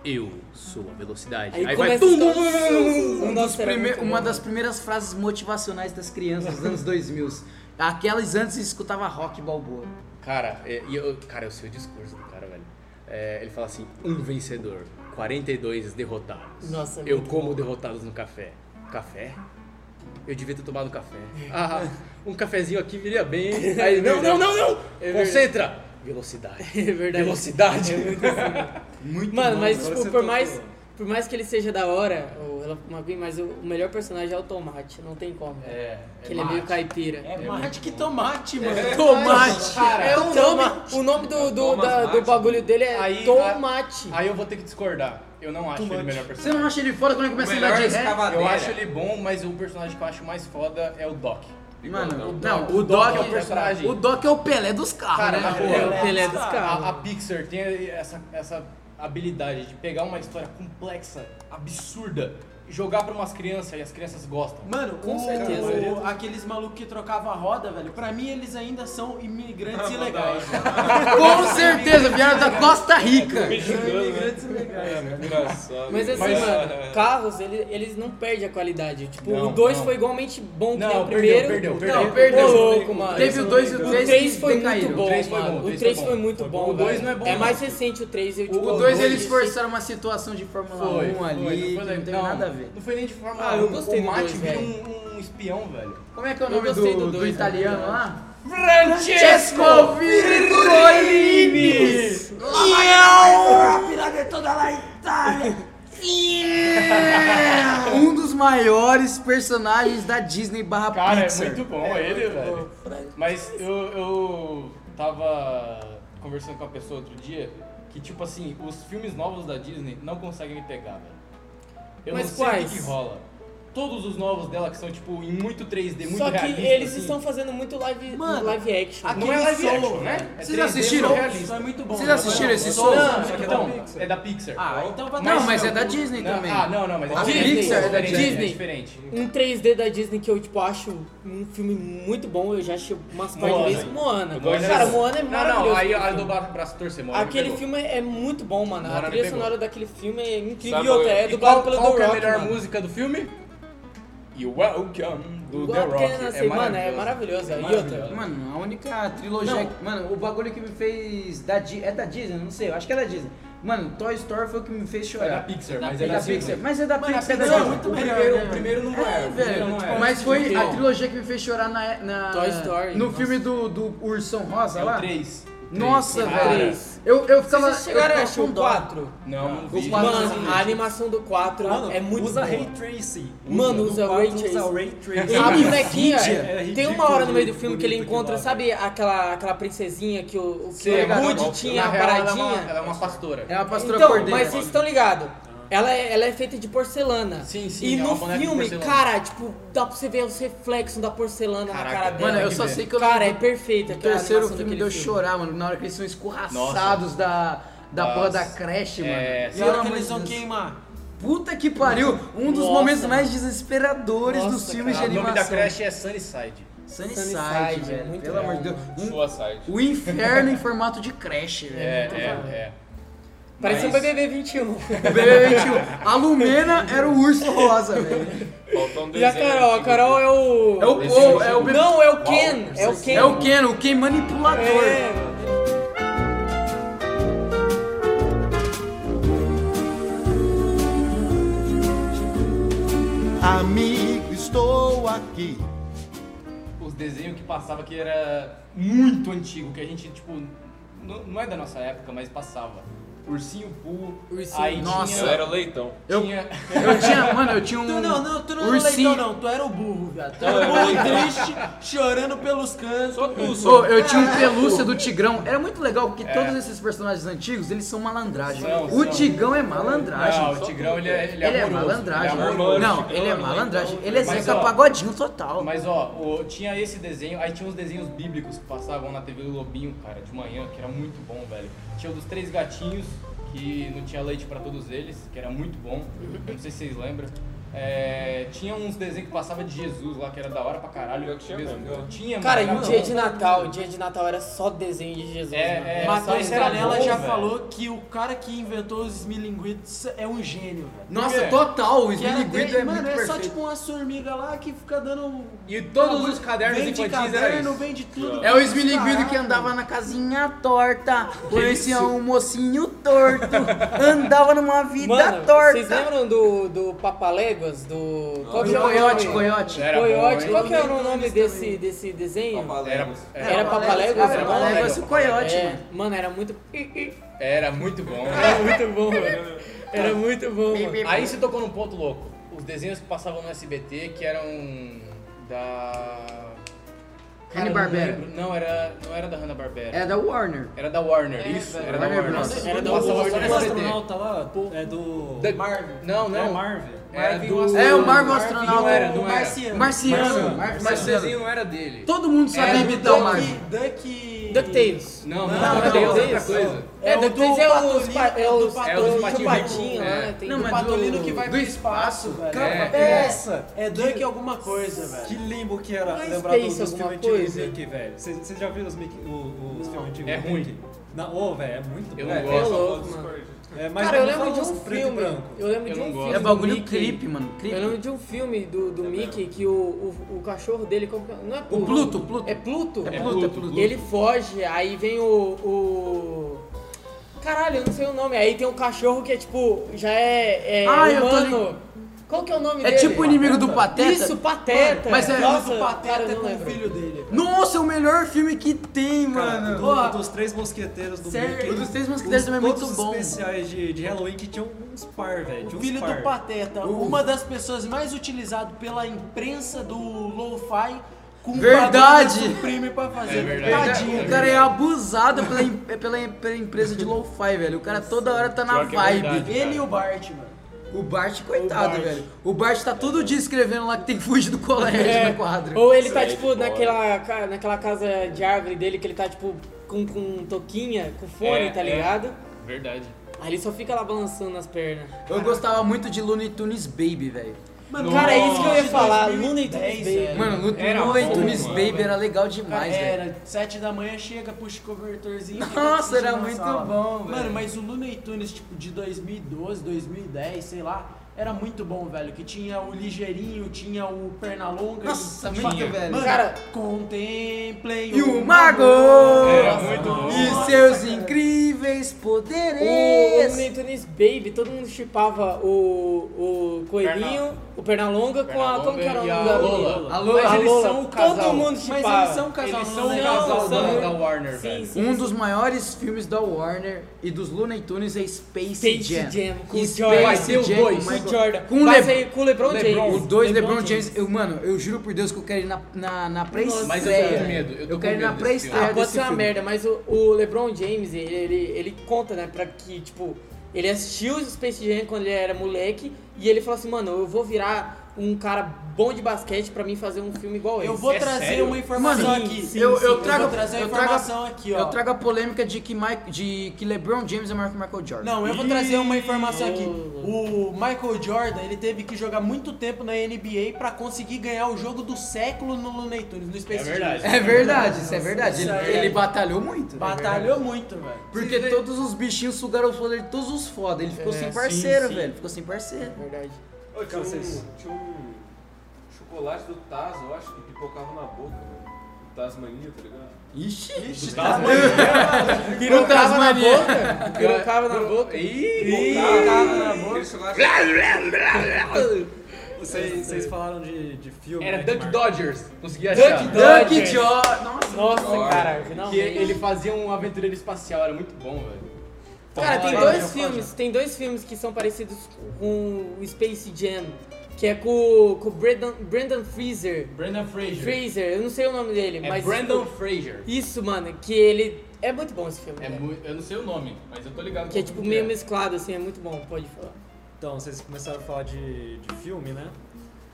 C: Eu sou a velocidade.
B: Aí, começa a história-
G: Um dos
B: Nossa, era
G: prime-
B: muito
G: uma
B: bom.
G: das primeiras frases motivacionais das crianças dos anos 2000. Aquelas antes escutava rock balboa.
C: Cara, é, e eu, cara, eu sei o discurso do cara, velho. É, ele fala assim, um vencedor, 42 derrotados.
B: Nossa, é
C: Eu
B: muito
C: como derrotados no café. Café? Eu devia ter tomado café.
B: É.
C: Ah, um cafezinho aqui viria
B: [laughs]
C: bem. hein? Aí, não, não, não, não! Concentra! um É Velocidade.
B: [laughs] É verdade.
C: Velocidade.
G: Muito
B: Mano, mas
D: agora
B: tipo,
D: você
B: por
C: tá
D: tocou.
B: mais, por mais que ele seja da hora, o Relâmpago McQueen, mas o, o melhor personagem é o Tomate, não tem como.
C: É,
B: que ele é meio caipira.
E: É mais que tomate, mano.
G: É.
B: Tomate!
C: Cara,
B: É o nome, o nome do, do,
F: Thomas
B: da- do
F: Mate.
B: bagulho dele é
C: Aí,
B: Tomate.
C: Aí eu vou ter que discordar. Eu não acho ele o
G: Você
C: melhor
G: não
C: personagem.
G: acha ele foda quando ele
F: O
G: começa a andar
F: melhor
G: de ré?
F: escavadeira.
C: Eu acho ele bom, mas o personagem que eu acho mais foda é o Doc.
G: Mano,
F: O
G: não,
C: Doc.
G: o Doc,
C: O Doc é o personagem.
G: O Doc é o Pelé dos carros,
C: Cara,
G: né?
C: na boa.
B: É o Pelé dos
E: A-
C: A, a
B: carros.
C: Pixar tem essa, essa habilidade de pegar uma história complexa, absurda, e jogar pra umas crianças e as crianças gostam.
E: Mano,
B: Com
E: o-
B: certeza.
E: o- aqueles malucos que trocavam a roda, velho, pra mim eles ainda são
C: [laughs]
E: imigrantes
C: É
E: ilegais.
G: Com certeza, vieram da Costa Rica. Tipo,
F: Mexicano, né?
E: imigrantes ilegais.
F: É, engraçado. é.
B: Mas assim,
C: Mas-
B: mano, carros, ele, eles não perdem a qualidade. Tipo,
C: Não,
B: o 2
C: não.
B: foi igualmente bom que
C: Não,
B: nem o
C: perdeu,
B: primeiro.
C: perdeu,
B: Não,
C: perdeu.
B: perdeu. Ô,
G: Perdeu.
B: louco, mano.
G: Teve o 2 e o
B: O
G: 3
B: 3
G: que
B: foi muito
G: decaíram.
B: bom,
C: O três foi
B: mano.
C: bom, o
B: O
C: três
B: 3
C: foi
B: foi
C: bom.
B: muito
C: Foi
B: bom.
C: bom. O dois
B: velho.
C: não é bom,
B: É mais
C: não.
B: recente o 3 e o tipo,
G: O 2
B: dois-
C: é
G: eles forçaram uma situação de Fórmula 1 ali, que não teve
C: não,
G: nada a ver.
C: Não foi nem de forma.
B: Ah, eu
C: um.
B: gostei
C: O
B: do
C: Mate
B: dois,
C: vira
B: velho.
C: um, um espião, velho.
G: Como é que é o
B: Eu
G: nome
B: gostei
G: do,
B: do
G: do
B: dois,
G: italiano
B: né?
G: lá?
C: Francesco
G: Virgolini!
C: é
G: Um dos maiores personagens da Disney barra
C: Cara, é
G: Pixar.
C: muito bom ele, velho. Mas eu, eu tava conversando com uma pessoa outro dia que, tipo assim, os filmes novos da Disney não conseguem me pegar, velho. Eu
B: Mas
C: não sei o
B: quais?
C: que, que rola. Todos os novos dela que são, tipo, em muito 3D, muito
B: Só que
C: realista,
B: eles
C: assim.
B: estão fazendo muito live,
E: Mano,
B: live action.
C: Não é live action, né? É
G: Vocês já
C: 3D,
G: assistiram?
C: só
E: Isso
C: realista.
E: é muito bom.
G: Vocês
E: né?
G: assistiram esse
E: Não,
G: Soul?
E: não,
C: Só que
E: não.
C: não, é da Pixar.
E: Ah, então vai
G: Não,
E: dar
G: mas é
E: certo.
G: da Disney
C: Não,
G: também.
C: ah, não, não, mas é
G: A
C: diferente,
G: Pixar é da
C: diferente,
B: Disney.
C: É diferente.
B: Um 3D da Disney que eu, tipo, acho um filme muito bom. Eu já achei umas partes
C: Moana.
B: vezes. Moana.
F: Moana é
B: Cara,
F: legal.
B: Moana é
C: Não,
B: maravilhoso.
C: não, aí aí do braço braço torcer, mora, me
B: Aquele
C: pegou.
B: filme é muito bom, mano.
C: Moana
B: a
C: me
B: trilha
C: pegou.
B: sonora daquele filme é incrível.
F: Sabe
B: e outra, é
F: qual-
C: E
B: dublado
C: qual,
B: pelo
C: qual
B: The
C: que é a
B: Rock,
C: melhor
B: mano.
C: música do filme? You Welcome do The
B: Igual
C: Rock.
B: apenas, assim, mano, é maravilhoso. E outra,
C: Maravilhoso.
G: Mano, a única trilogia.
B: Não.
G: Mano, o bagulho que me fez. Da Di- É da Disney, não sei, eu acho que é da Disney. Mano, Toy Story foi o que me fez chorar.
C: É da Pixar, mas
G: É da
C: Disney.
G: Pixar. Mas é da
E: Mano, a
G: Pixar, é da
E: Pixar é
G: Disney.
E: muito
C: O
E: melhor,
C: primeiro,
E: né,
C: o primeiro não
G: É,
C: é, o primeiro
G: velho.
C: não é.
G: Mas foi a trilogia que me fez chorar na. é- na-
B: Toy Story,
G: No
B: nossa.
G: filme do, do Ursão Rosa
C: é
G: lá.
C: o 3.
G: Nossa,
B: Cara.
G: velho. Eu, eu ficava.
B: Vocês chegaram a
G: eu
B: achar um o 4?
C: um Não, não
G: O
C: vi.
G: quatro- assim.
B: Mano, a animação do 4
D: Mano,
B: é muito
D: usa
B: boa.
D: Ray Tracing.
B: Mano,
D: No
B: usa
D: quarto
B: Ray
D: Usa
B: Tracing.
D: Ray Tracing.
B: A bonequinha,
D: É ridículo
B: tem uma hora no meio do filme
D: bonito
B: que ele
D: aquilo
B: encontra,
D: lá,
B: sabe aquela, aquela princesinha que o, o que
G: Sei,
B: o
G: cara,
B: Woody
G: não,
B: tinha
C: é
B: a
C: Na real,
B: paradinha?
C: Ela é uma, ela é uma pastora.
G: É uma pastora
B: então,
G: cordeira.
B: mas vocês estão ligados. Ela é, ela é feita de porcelana.
C: Sim, sim,
B: E
C: é
B: no
C: uma boneca de
B: filme,
C: porcelana.
B: cara, tipo, dá pra você ver os reflexos da porcelana na
C: Caraca,
B: cara dela.
G: Mano, eu
C: que
G: só
C: ver.
G: sei que eu
B: Cara,
G: lembro
B: é
G: do
B: perfeito
G: O
B: aquela
G: terceiro
B: animação
G: filme
B: daquele
G: deu
B: filme.
G: chorar, mano, na hora que eles são escorraçados da, da
C: Nossa.
G: porra da creche, mano.
C: É,
E: E a hora
G: Pelo
E: que
G: amor
E: eles
G: de
E: vão
G: Deus.
E: queimar.
G: Puta que pariu! Um dos
B: Nossa,
G: momentos
B: mano.
G: mais desesperadores dos
B: Nossa,
G: filmes
C: O
G: de
C: nome
G: animação.
C: da creche é Sunnyside.
G: Sunnyside,
B: Sunnyside,
G: velho.
B: muito
G: pelo
B: bom,
G: amor de Deus.
B: mano.
G: Um-
F: Sua site.
G: o inferno em formato de creche,
C: É,
G: velho.
C: é, é.
B: Parecia
C: Mas-
B: um BBB 21.
G: Bem, tio, A Lumena era o urso rosa, velho.
F: Faltou um
B: E a
F: desenho.
B: Carol, a Carol é o...
G: É o, o- é o bebê-
B: Não, é o Ken. É o Ken.
G: É o Ken, o Ken manipulador.
B: É.
I: Amigo, estou aqui.
C: Os desenhos que passava que era muito antigo, que a gente, tipo, não, não é da nossa época, mas passava. Ursinho Poo.
B: Ursinho-
C: aí
G: Nossa.
F: Eu
C: tinha,
F: era leitão.
G: Eu,
C: tinha-
G: eu tinha, mano, eu tinha um.
E: Tu não, não,
B: é
E: tu não
G: ursinho.
E: era leitão, não. Tu era o burro, viado. Tu
B: [laughs]
F: Não,
E: era
F: eu
E: o
F: era
E: burro
F: leitão.
E: triste, chorando pelos cantos. Só tu,
G: Ô, eu tinha um pelúcia do Tigrão. Era muito legal porque todos esses personagens antigos, eles são malandragem.
C: São,
G: o
C: são.
G: Tigrão é malandragem.
C: Não, o Tigrão ele é, ele é
G: Ele é
C: amoroso.
G: malandragem.
C: Ele é amoroso.
G: Não,
F: Tigrão
G: ele é
F: é malandro.
G: malandragem. Ele é
C: Mas,
G: Zeca
C: ó,
G: Pagodinho total.
C: Mas ó, o- tinha esse desenho, aí tinha uns desenhos bíblicos que passavam na TV do Lobinho, cara, de manhã, que era muito bom, velho. Tinha o dos três gatinhos, que não tinha leite pra todos eles, que era muito bom. Eu não sei se vocês lembram. É, tinha uns desenhos que passava de Jesus lá, que era da hora pra caralho.
F: Eu tinha mesmo, eu-
C: Tinha,
B: Cara, e
C: mano,
B: o
C: era
B: dia
C: bom.
B: de Natal, o dia de Natal era só desenho de Jesus,
C: É,
B: mano.
C: é, só
E: Matheus
C: isso era
E: Canela
C: bom,
E: já
C: velho.
E: falou que o cara que inventou os milinguitos é um gênio, velho.
C: Por
G: Nossa,
C: quê?
G: total. O
E: Que era
G: Smiliguido
E: dele-
G: é
E: mano,
G: muito
E: é só
G: perfeito.
E: tipo uma formiga lá que fica dando.
C: E todos
E: Ah,
C: os cadernos
E: vende
C: infantis era
E: caderno,
C: isso.
E: vende tudo.
G: É o Smiliguido que andava na casinha torta, conhecia um mocinho torto, andava numa vida
B: Mano, vocês
G: torta.
B: lembram do, do Papaléguas? Do. Qual que
G: De
B: é o nome?
G: coiote, coiote.
C: Era bom,
B: Coiote,
C: hein?
B: qual que era o nome desse, desse desenho?
C: Era, era,
B: Era Papaléguas?
G: Era
B: o nome?
G: Papaléguas e o coiote,
B: É,
G: mano.
B: mano, era muito.
C: era muito bom.
B: Era muito bom, mano. Era muito bom, mano.
C: Aí você tocou num ponto louco. Os desenhos que passavam no SBT que eram da. Cara, eu não
G: Hanna-Barbera.
C: lembro. Não, era, não era da Hanna-Barbera.
G: É da Warner.
C: Era da Warner, isso? Era da
G: Warner
C: Warner.
G: Bros.
B: Era da
C: Passava
B: Warner.
C: só no
E: O
C: SBT.
E: astronauta lá, pô.
D: É do.
C: Da-
E: Marvel.
C: Não,
D: É
C: não.
D: Marvel.
C: Era
E: Marvel,
C: do...
G: É, o Marvel
E: Marvel,
G: Astronauta.
C: Não era, não era.
E: Marciano.
G: Marciano. Mar-
C: Mas o
G: Marciano.
C: desenho não era dele.
G: Todo mundo sabe
C: Era
G: imitar o
C: do
G: Marvel.
E: Duck.
B: DuckTales.
C: Não,
E: Não,
C: não,
E: não,
C: tem
B: não,
C: outra
B: isso.
C: coisa.
B: É,
E: o
B: DuckTales
E: do
B: é
E: Patolino,
B: os. pa- É
E: do
B: os.
C: é o do
B: tio
C: Patinho.
B: Patinho lá,
C: É.
B: né? Tem
G: Não,
B: do
G: mas
E: O
G: do-
E: patolino que vai
G: do
E: pro
G: espaço,
E: espaço, velho.
C: cara.
E: É essa. É Duck alguma coisa,
D: Que
E: velho.
D: limbo que era
B: Mas
D: lembrar dos,
B: pensa
D: dos
B: alguma
D: filmes antigos
B: coisa.
D: Mickey, velho. Vocês vocês já viram os, Mickey, o- os filmes antigos?
C: é
D: do
C: ruim.
D: Mickey? Não, ô, velho, é muito
C: Eu
D: bom.
C: não
D: velho.
B: É
C: gosto.
B: louco, mano.
D: É, mas
B: Cara, eu
D: não
B: lembro
D: fala
B: de
D: dos
B: um
D: preto e
B: filme.
D: branco.
B: Eu lembro de
C: Eu
B: um
C: não
B: filme.
C: gosto.
G: É
B: do
G: bagulho
B: Mickey.
G: creepy,
B: Eu
G: mano.
B: lembro
G: Creepy. É
B: de um filme do,
C: É
B: do Mickey que o, o, o cachorro dele. como que é? Não é Pluto.
G: Pluto, Pluto.
B: É Pluto?
G: É Pluto, é Pluto.
B: Ele foge, aí vem o. o... Caralho, eu não sei o nome. Aí tem um cachorro que é tipo. Já é. é
G: Ah, eu tô
B: humano. Qual que é o nome
G: É
B: dele?
G: tipo o inimigo do Pateta.
B: Isso, Pateta.
G: Mas é-
B: Nossa, cara,
E: o
B: eu
E: Pateta
B: não
E: com o
B: lembro.
E: filho dele.
G: Nossa, é o melhor filme que tem,
D: Cara,
G: mano.
E: Porra.
D: do, dos três mosqueteiros do
E: Sério?
D: Mickey.
G: O dos Três Mosqueteiros
D: os-
G: também é
D: todos
G: muito
D: os
G: bom.
D: especiais de, de Halloween que tinham uns par, velho. tinha
E: O
D: uns
E: filho
D: par.
E: do Pateta, uma das pessoas mais utilizadas pela imprensa do lo-fi com um
G: Verdade.
E: bagulho que suprime pra fazer.
C: É verdade.
E: Tadinho.
G: O cara é abusado pela, em- [laughs] pela, em- pela empresa de lo-fi, velho. O cara toda hora tá na
C: Pior que é
G: vibe.
C: verdade.
E: Ele e o Bart, mano.
G: O Bart, coitado,
E: O Bart.
G: velho. O Bart tá todo dia escrevendo lá que tem que fugir do colégio no é quadro.
B: É. Ou ele
C: é
B: tá,
F: Sai de
B: tipo,
F: fora.
B: naquela, ca- naquela casa de árvore dele que ele tá, tipo, com, com toquinha, com fone,
C: É,
B: tá
C: é.
B: ligado?
C: Verdade.
B: Aí ele só fica lá balançando as pernas.
G: Eu gostava muito de Looney Tunes Baby, velho.
E: Mano,
B: Cara, é isso que eu ia
E: de
B: falar,
E: 2010,
B: Looney Tunes Baby.
E: velho.
G: Mano, Lu-
C: Era
G: Looney
C: bom,
G: Tunes
C: mano,
G: Baby
C: velho.
G: era legal
E: Cara,
G: demais, velho.
E: era, sete da manhã chega, puxa o cobertorzinho. fica
G: é. Nossa, era
E: assistindo na
G: muito
E: sala.
G: bom, velho.
E: Mano, mas o Looney Tunes, tipo, de 2012, 2010, sei lá, era muito bom, velho. Que tinha o Ligeirinho, tinha o Pernalonga.
G: Nossa,
E: e
G: muito
E: tinha-
G: velho.
E: Mano,
B: Cara-
E: contemplem
G: E o Mago!
C: Era muito bom.
G: E seus incríveis poderes!
B: O, o Nintunes Baby, todo mundo chipava o, o Coelhinho, o Pernalonga, com a. Como que era o
C: Pernalonga e
B: nome
C: a
B: da
C: Lola.
B: menina?
G: A Lola.
B: Mas eles
C: Lola.
B: são o
C: Todo
B: casal. Todo mundo
C: mundo
B: chipava.
E: Mas eles são um casal,
C: Eles
E: não
C: são o
E: né?
C: casal
B: é? são-
C: da, da Warner,
B: Sim,
C: velho.
B: sim.
G: Um dos maiores filmes da Warner e dos Looney Tunes é Space,
B: Space
G: Jam.
B: Jam. com o
G: Space
B: Jordan. Vai ser
G: Jam
B: o dois,
G: com
B: o
G: Michael-
B: Jordan.
G: Com o
B: Vai
G: Le-
B: sair com o LeBron,
G: O
B: James.
G: 2 LeBron James, eu, mano, eu juro por Deus que eu quero ir na, na, na pré-estreia.
C: Mas eu tô com medo, eu tô
G: Eu quero
C: com
G: ir na
C: medo desse
G: pré-estreia
B: Ah, pode
G: desse
B: ser uma
G: filme.
B: merda, mas o, o LeBron James, ele, ele, ele conta, né, pra que, tipo, ele assistiu o Space Jam quando ele era moleque e ele falou assim, mano, eu vou virar um cara bom de basquete pra mim fazer um filme igual esse.
E: Eu vou
C: É
E: trazer
C: sério?
E: uma informação
G: Mano,
E: aqui.
G: sim, eu- eu trago-
E: vou trazer
G: eu
E: uma
G: trago-
E: informação aqui, ó.
G: Eu trago a polêmica de que, Mike, de que LeBron James é maior que Michael Jordan.
E: Não, eu vou trazer uma informação aqui. O Michael Jordan, ele teve que jogar muito tempo na NBA pra conseguir ganhar o jogo do século no Looney Tunes, no Space
C: É
E: Jam.
C: verdade.
G: É verdade, isso é verdade.
E: Isso
G: Ele,
E: aí.
G: ele batalhou muito.
E: Batalhou muito, velho.
G: Porque todos os bichinhos sugaram o poder de todos os foda. Ele ficou sem parceiro, velho. Ficou sem parceiro.
B: Verdade.
F: Ô, tinha,
D: vocês-
F: um, tinha um chocolate do Taz, eu acho, que pipocava na boca, mano. O Tasmania, tá ligado?
G: Ixi.
B: Pirocava na
G: Tasmania.
B: boca? Pirocava na boca?
C: Ih,
F: Pipocava na boca. Aquele chocolate...
D: Vocês, vocês falaram de, de filme.
C: Era
D: né,
C: Duck
D: que
C: Dodgers, consegui achar.
B: Duck
G: Duck
B: Dodgers.
G: Jordan. Nossa.
B: Nossa, cara,
C: Que
B: finalmente.
C: ele fazia um aventureiro espacial, era muito bom, velho.
B: Cara, tem
E: Olha,
B: dois
E: pode.
B: filmes, tem dois filmes que são parecidos com o Space Jam, que é com, com o Brandon, Brandon Freezer.
C: Brandon Fraser.
B: Fraser, eu não sei o nome dele,
C: É
B: mas. tipo-
C: Brandon Fraser.
B: Isso, mano, que ele. É muito bom esse filme.
C: É
B: né?
C: muito, eu não sei o nome, mas eu tô ligado.
B: Que é
C: qual
B: tipo
C: filme
B: meio
C: é.
B: mesclado, assim, é muito bom, pode falar.
D: Então, vocês começaram a falar de, de filme, né?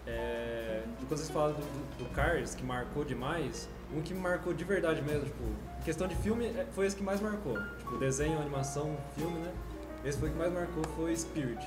D: É, e quando vocês falam do, do- do Cars, que marcou demais, um que me marcou de verdade mesmo, tipo, em questão de filme, é- foi esse que mais marcou. Tipo, desenho, animação, filme, né? Esse foi o que mais marcou, foi Spirit.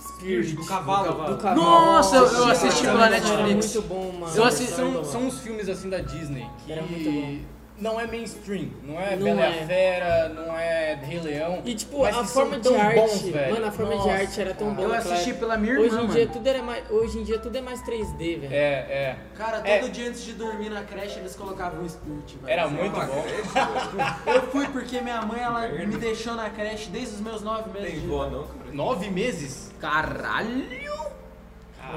B: Spirit,
E: do cavalo.
B: Do
D: cavalo.
B: cavalo.
G: Nossa, eu- eu assisti
B: cara,
G: pela
B: era
G: Netflix.
B: muito bom, mano.
G: Eu
C: São-
G: assisti-
C: são, são os filmes assim da Disney
B: Era muito bom.
C: que não é mainstream, não é
B: Não
C: Bela e
B: é.
C: a Fera, não é Rei Leão.
B: E tipo,
C: mas
B: a
C: que são
B: forma de
C: tão
B: arte,
C: bons, velho.
B: mano, a forma
C: Nossa,
B: de arte era tão
C: cara.
B: boa.
G: Eu
B: naquela
G: assisti
B: época.
G: pela minha
B: Hoje
G: irmã,
B: em dia
G: mano.
B: tudo era mais, hoje em dia tudo é mais 3D, velho.
C: É, é.
E: Cara, todo
C: É.
E: dia antes de dormir na creche eles colocavam o Spirit, velho.
C: Era muito bom.
E: Eu fui porque minha mãe, ela me deixou na creche desde os meus 9 meses
F: Tem
E: de
F: vó não, cara.
C: Nove meses?
G: Caralho!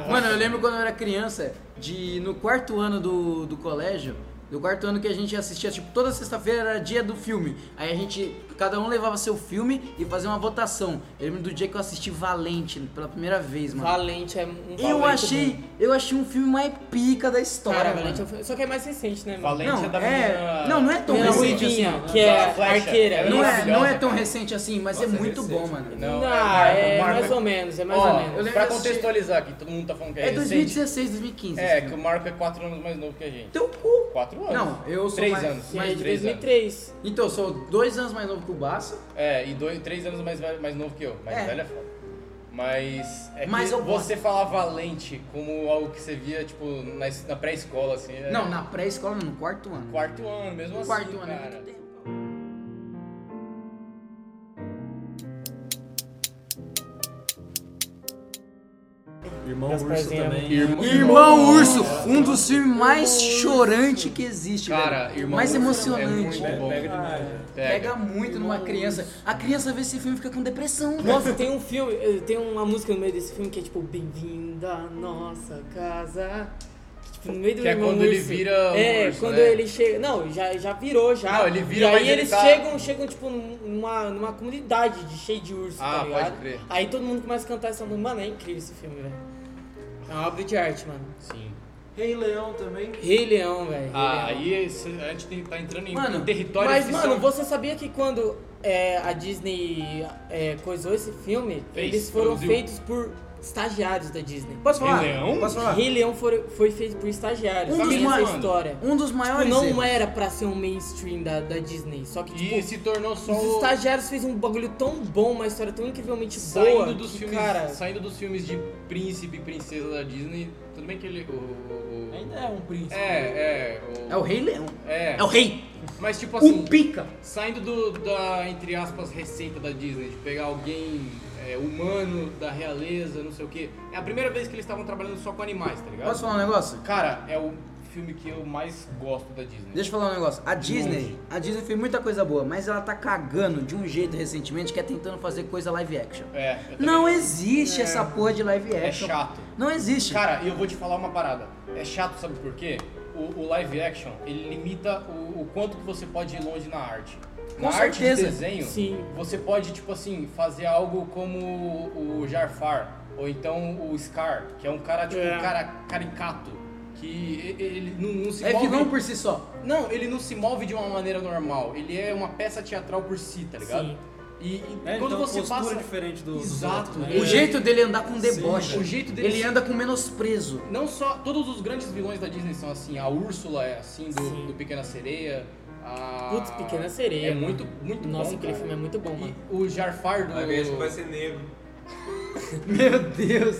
G: Mano, eu lembro quando eu era criança, de no quarto ano do, do colégio, do quarto ano que a gente assistia, tipo, toda sexta-feira era dia do filme. Aí a gente, cada um levava seu filme e fazia uma votação. Eu lembro do dia que eu assisti Valente pela primeira vez, mano.
B: Valente é um
G: eu
B: Valente
G: achei,
B: bom.
G: eu achei um filme mais pica da história,
B: Cara,
G: mano.
B: Valente é um filme- Só que é mais recente, né, mano?
C: Valente é da
G: Não, é,
C: menina-
G: não, não é tão
B: Tem a
G: recente
B: ruivinha,
G: assim.
B: que é
C: Da flecha.
B: arqueira.
C: Ela
G: Não é, não é
C: maravilhosa,
G: tão
C: cara.
G: recente assim, mas é
F: Nossa, é
G: muito bom,
F: recente,
G: mano.
B: Não,
C: Não, Marvel,
B: é
C: Marvel.
B: mais ou menos, é mais ou
C: Ó,
B: menos.
G: lembro
C: pra
G: de assistir-
C: contextualizar aqui, todo mundo tá falando que é,
G: É
C: recente.
G: 2016, 2015.
C: É,
G: esse
C: que o
G: filme.
C: Marco é quatro anos mais novo que a gente.
G: assim. Teu cu.
C: Quatro anos.
G: Não, eu sou
C: Três
G: mais-
C: anos.
B: Mas
G: mais
B: é de
C: três anos.
B: 2003.
G: Então, eu sou dois anos mais novo que o Bassa.
C: É, e dois, três anos mais, velho- mais novo que eu. Mais
G: É.
C: velho é foda. Mas é
G: Mas
C: que
G: eu gosto.
C: você falar valente como algo que você via, tipo, na, es- na pré-escola, assim. é-
G: Não, na pré-escola, no quarto ano.
C: Quarto ano, mesmo assim.
G: quarto ano. é
C: cara.
G: muito tempo.
D: Irmão
B: Mas, por
D: Urso
B: exemplo,
D: também.
C: Irmão,
G: Irmão Urso, um dos filmes mais chorante que existe,
C: Cara,
G: velho.
C: irmão
G: mais
C: Urso é
G: emocionante.
C: muito
D: Pe-
C: bom.
D: Pega demais, né?
G: Pega muito numa criança. A criança vê esse filme e fica com depressão. velho.
B: Nossa, tem um filme, eh, tem uma música no meio desse filme que é tipo Bem-vinda à nossa casa. Que, tipo, no meio do
C: Que é
B: Irmão
C: quando ele
B: Urso.
C: vira um
B: É,
C: urso,
B: quando
C: né?
B: ele chega. Não, já, já virou já.
C: Não, ele vira,
B: E
C: mas
B: aí
C: ele
B: eles
C: tá-
B: chegam, chegam tipo numa, numa comunidade de cheio de urso,
C: Ah,
B: tá ligado?
C: pode crer.
B: Aí todo mundo começa a cantar essa música. Mano, é incrível esse filme, velho. É uma obra de arte, mano.
C: Sim.
E: Rei Leão também.
B: Rei Leão, velho. Rei
C: Ah,
B: Leão.
C: aí esse- a gente tem- tá entrando em,
G: Mano,
C: em territórios
B: Mas,
C: que
B: mano,
C: são-
B: você sabia que quando é, a Disney é, coisou esse filme,
C: Fez,
B: eles foram
C: produziu.
B: feitos por estagiários da Disney.
G: Posso falar?
C: Rei Leão?
G: Posso falar?
B: Rei Leão foi, foi feito por estagiários.
G: Ah. Um dos
B: tem essa
G: maiores.
B: história.
G: Um dos
B: Tipo,
G: maiores.
B: não
G: erros.
B: era pra ser um mainstream da, da Disney, só que, tipo,
C: E se tornou só
B: os
C: o-
B: estagiários fez um bagulho tão bom, uma história tão incrivelmente
C: saindo
B: boa,
C: dos
B: que,
C: filmes,
B: cara...
C: saindo dos filmes de príncipe e princesa da Disney. Tudo bem que ele o, o- o-
E: Ainda é um príncipe.
C: é, é,
G: É o Rei Leão.
C: É.
G: É o Rei.
C: Mas tipo assim,
G: O Pica.
C: saindo do, da, entre aspas, receita da Disney, de pegar alguém é, humano, da realeza, não sei o quê. É a primeira vez que eles estavam trabalhando só com animais, tá ligado?
G: Posso falar um negócio?
C: Cara, é o filme que eu mais gosto da Disney.
G: Deixa eu falar um negócio. A Disney,
C: longe.
G: a Disney fez muita coisa boa, mas ela tá cagando de um jeito recentemente que é tentando fazer coisa live action.
C: É, eu também-
G: Não existe essa porra de live
C: É
G: action.
C: chato.
G: Não existe.
C: Cara, e eu vou te falar uma parada. É chato, sabe por quê? O, o live action, ele limita o, o quanto que você pode ir longe na arte.
G: Com
C: na arte de
G: certeza.
C: desenho,
B: Sim.
C: você pode, tipo assim, fazer algo como o, o Jarfar, ou então o Scar, que é um cara, tipo,
B: É.
C: um cara caricato, que e- e- ele não, não se
G: é
C: move...
G: vilão por si só.
C: Não, ele não se move de uma maneira normal. Ele é uma peça teatral por si, tá ligado?
B: Sim.
C: E, e
D: É,
C: quando
D: então,
C: você
D: postura
C: passa...
D: diferente do, dos
C: Exato.
D: outros, né?
G: O
C: É.
G: jeito dele andar com deboche.
C: o jeito dele
G: Ele
C: se-
G: anda com menosprezo.
C: Não só. Todos os grandes vilões da Disney são assim. A Úrsula é assim, do, do Pequena Sereia. A...
B: Putz, Pequena Sereia,
C: É
B: mano.
C: muito, muito
B: Nossa,
C: bom.
B: aquele
C: cara.
B: filme é muito bom, mano.
C: E o Jarfar do.
F: Aí eu acho que vai ser negro.
G: Meu Deus.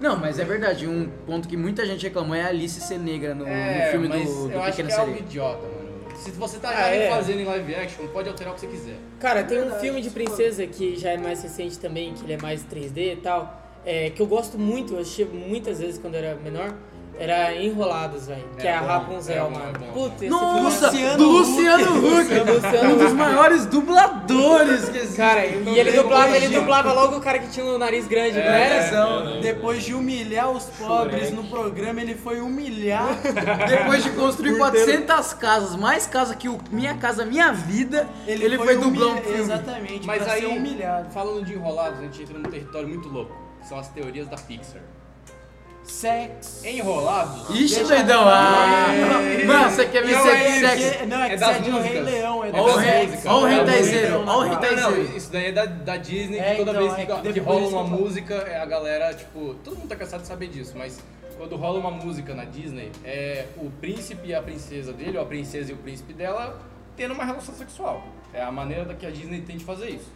G: Não, mas é verdade. Um ponto que muita gente reclamou é a Alice ser negra no, no
C: É,
G: filme
C: mas
G: do, do
C: eu acho que
G: Pequena
C: é algo
G: Sereia.
C: idiota, mano. Se você tá
B: Ah, é.
C: fazendo em live action, pode alterar o que você quiser.
B: Cara, tem um filme de princesa que já é mais recente também, que ele é mais 3D e tal, é, que eu gosto muito, eu achei muitas vezes quando eu era menor. Era Enrolados, velho. Que é a
C: bom,
B: Rapunzel,
C: é bom,
B: mano.
C: é bom.
B: Puta, esse
G: Nossa,
B: filme-
G: do Luciano Huck, um dos maiores dubladores que existe.
B: Cara, é e ele dublava, ele dublava logo o cara que tinha o nariz grande, não
C: É,
B: era?
E: Depois de humilhar os pobres no programa, ele foi humilhar.
G: Depois de construir 400 casas, mais casa que o Minha Casa Minha Vida, ele, foi, dublar um
E: humilha-
G: filme.
E: Exatamente,
C: Mas
E: pra
C: aí,
E: ser humilhado.
C: falando de enrolados, a gente entra num território muito louco. que São as teorias da Pixar.
E: Sexo.
C: Enrolados?
G: Ixi, doidão. Ah, mano, você quer me
C: Não,
G: ser
C: é
G: de
C: esse-
G: sexo?
E: Não, é,
C: É
E: que
C: das
E: você é de um Rei
C: músicas.
E: Leão, é
C: É
E: das
G: Olha o rei-
E: músicas.
G: olha o rei
C: É das
G: Taizeiro,
E: músicas.
G: olha o
E: Ah,
G: rei
C: Não, não,
G: Taizeiro.
C: isso daí é da, da Disney,
E: É,
C: que toda
E: então,
C: vez
E: é
C: que,
E: que
C: que
E: depois
C: rola
E: eles
C: uma
E: ficam-
C: música, é, a galera, tipo, todo mundo tá cansado de saber disso, mas quando rola uma música na Disney, é o príncipe e a princesa dele, ou a princesa e o príncipe dela, tendo uma relação sexual. É a maneira da que a Disney tem de fazer isso.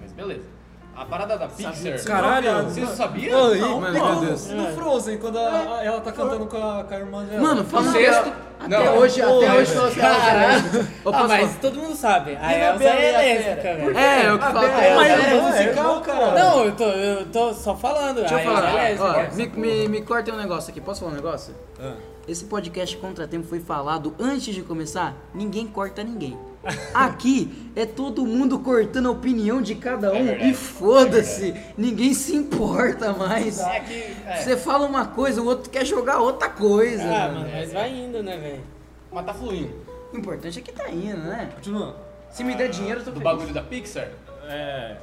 C: Mas beleza. A parada da Pixar.
D: Caralho.
C: Vocês sabiam?
D: Oi,
C: Não.
G: Mano, meu Deus.
D: No Frozen, quando a- a- ela tá cantando com a, com a irmã dela.
G: Mano, fala
C: O sexto?
G: Até
C: Não.
G: hoje, até hoje eu assim, Eu
B: Ah,
G: posso
B: mas
G: falar?
B: todo mundo sabe. A
E: E na
B: Elsa
E: Bela e a
B: é
E: Fera?
B: lésbica, velho.
G: É, eu que falo.
B: Bela,
G: Mas-
B: Bela.
D: é
B: é
D: musical, cara.
B: Não, eu tô, eu tô só falando.
G: Deixa
B: a
G: eu
B: Elsa é
G: falar.
B: lésbica.
G: Ó, me, me, me corta um negócio aqui. Posso falar um negócio?
C: Ah.
G: Esse podcast Contratempo foi falado antes de começar. Ninguém corta ninguém.
C: [laughs]
G: Aqui é todo mundo cortando a opinião de cada um e foda-se. ninguém se importa mais.
C: É que. É,
G: Você fala uma coisa, o outro quer jogar outra coisa.
B: Ah,
G: mano.
B: mano, mas vai indo, né, velho?
C: mas tá fluindo.
G: O importante é que tá indo, né?
D: Continua.
G: Se me der dinheiro, eu tô
C: Do
G: feliz.
C: bagulho da Pixar?
D: É.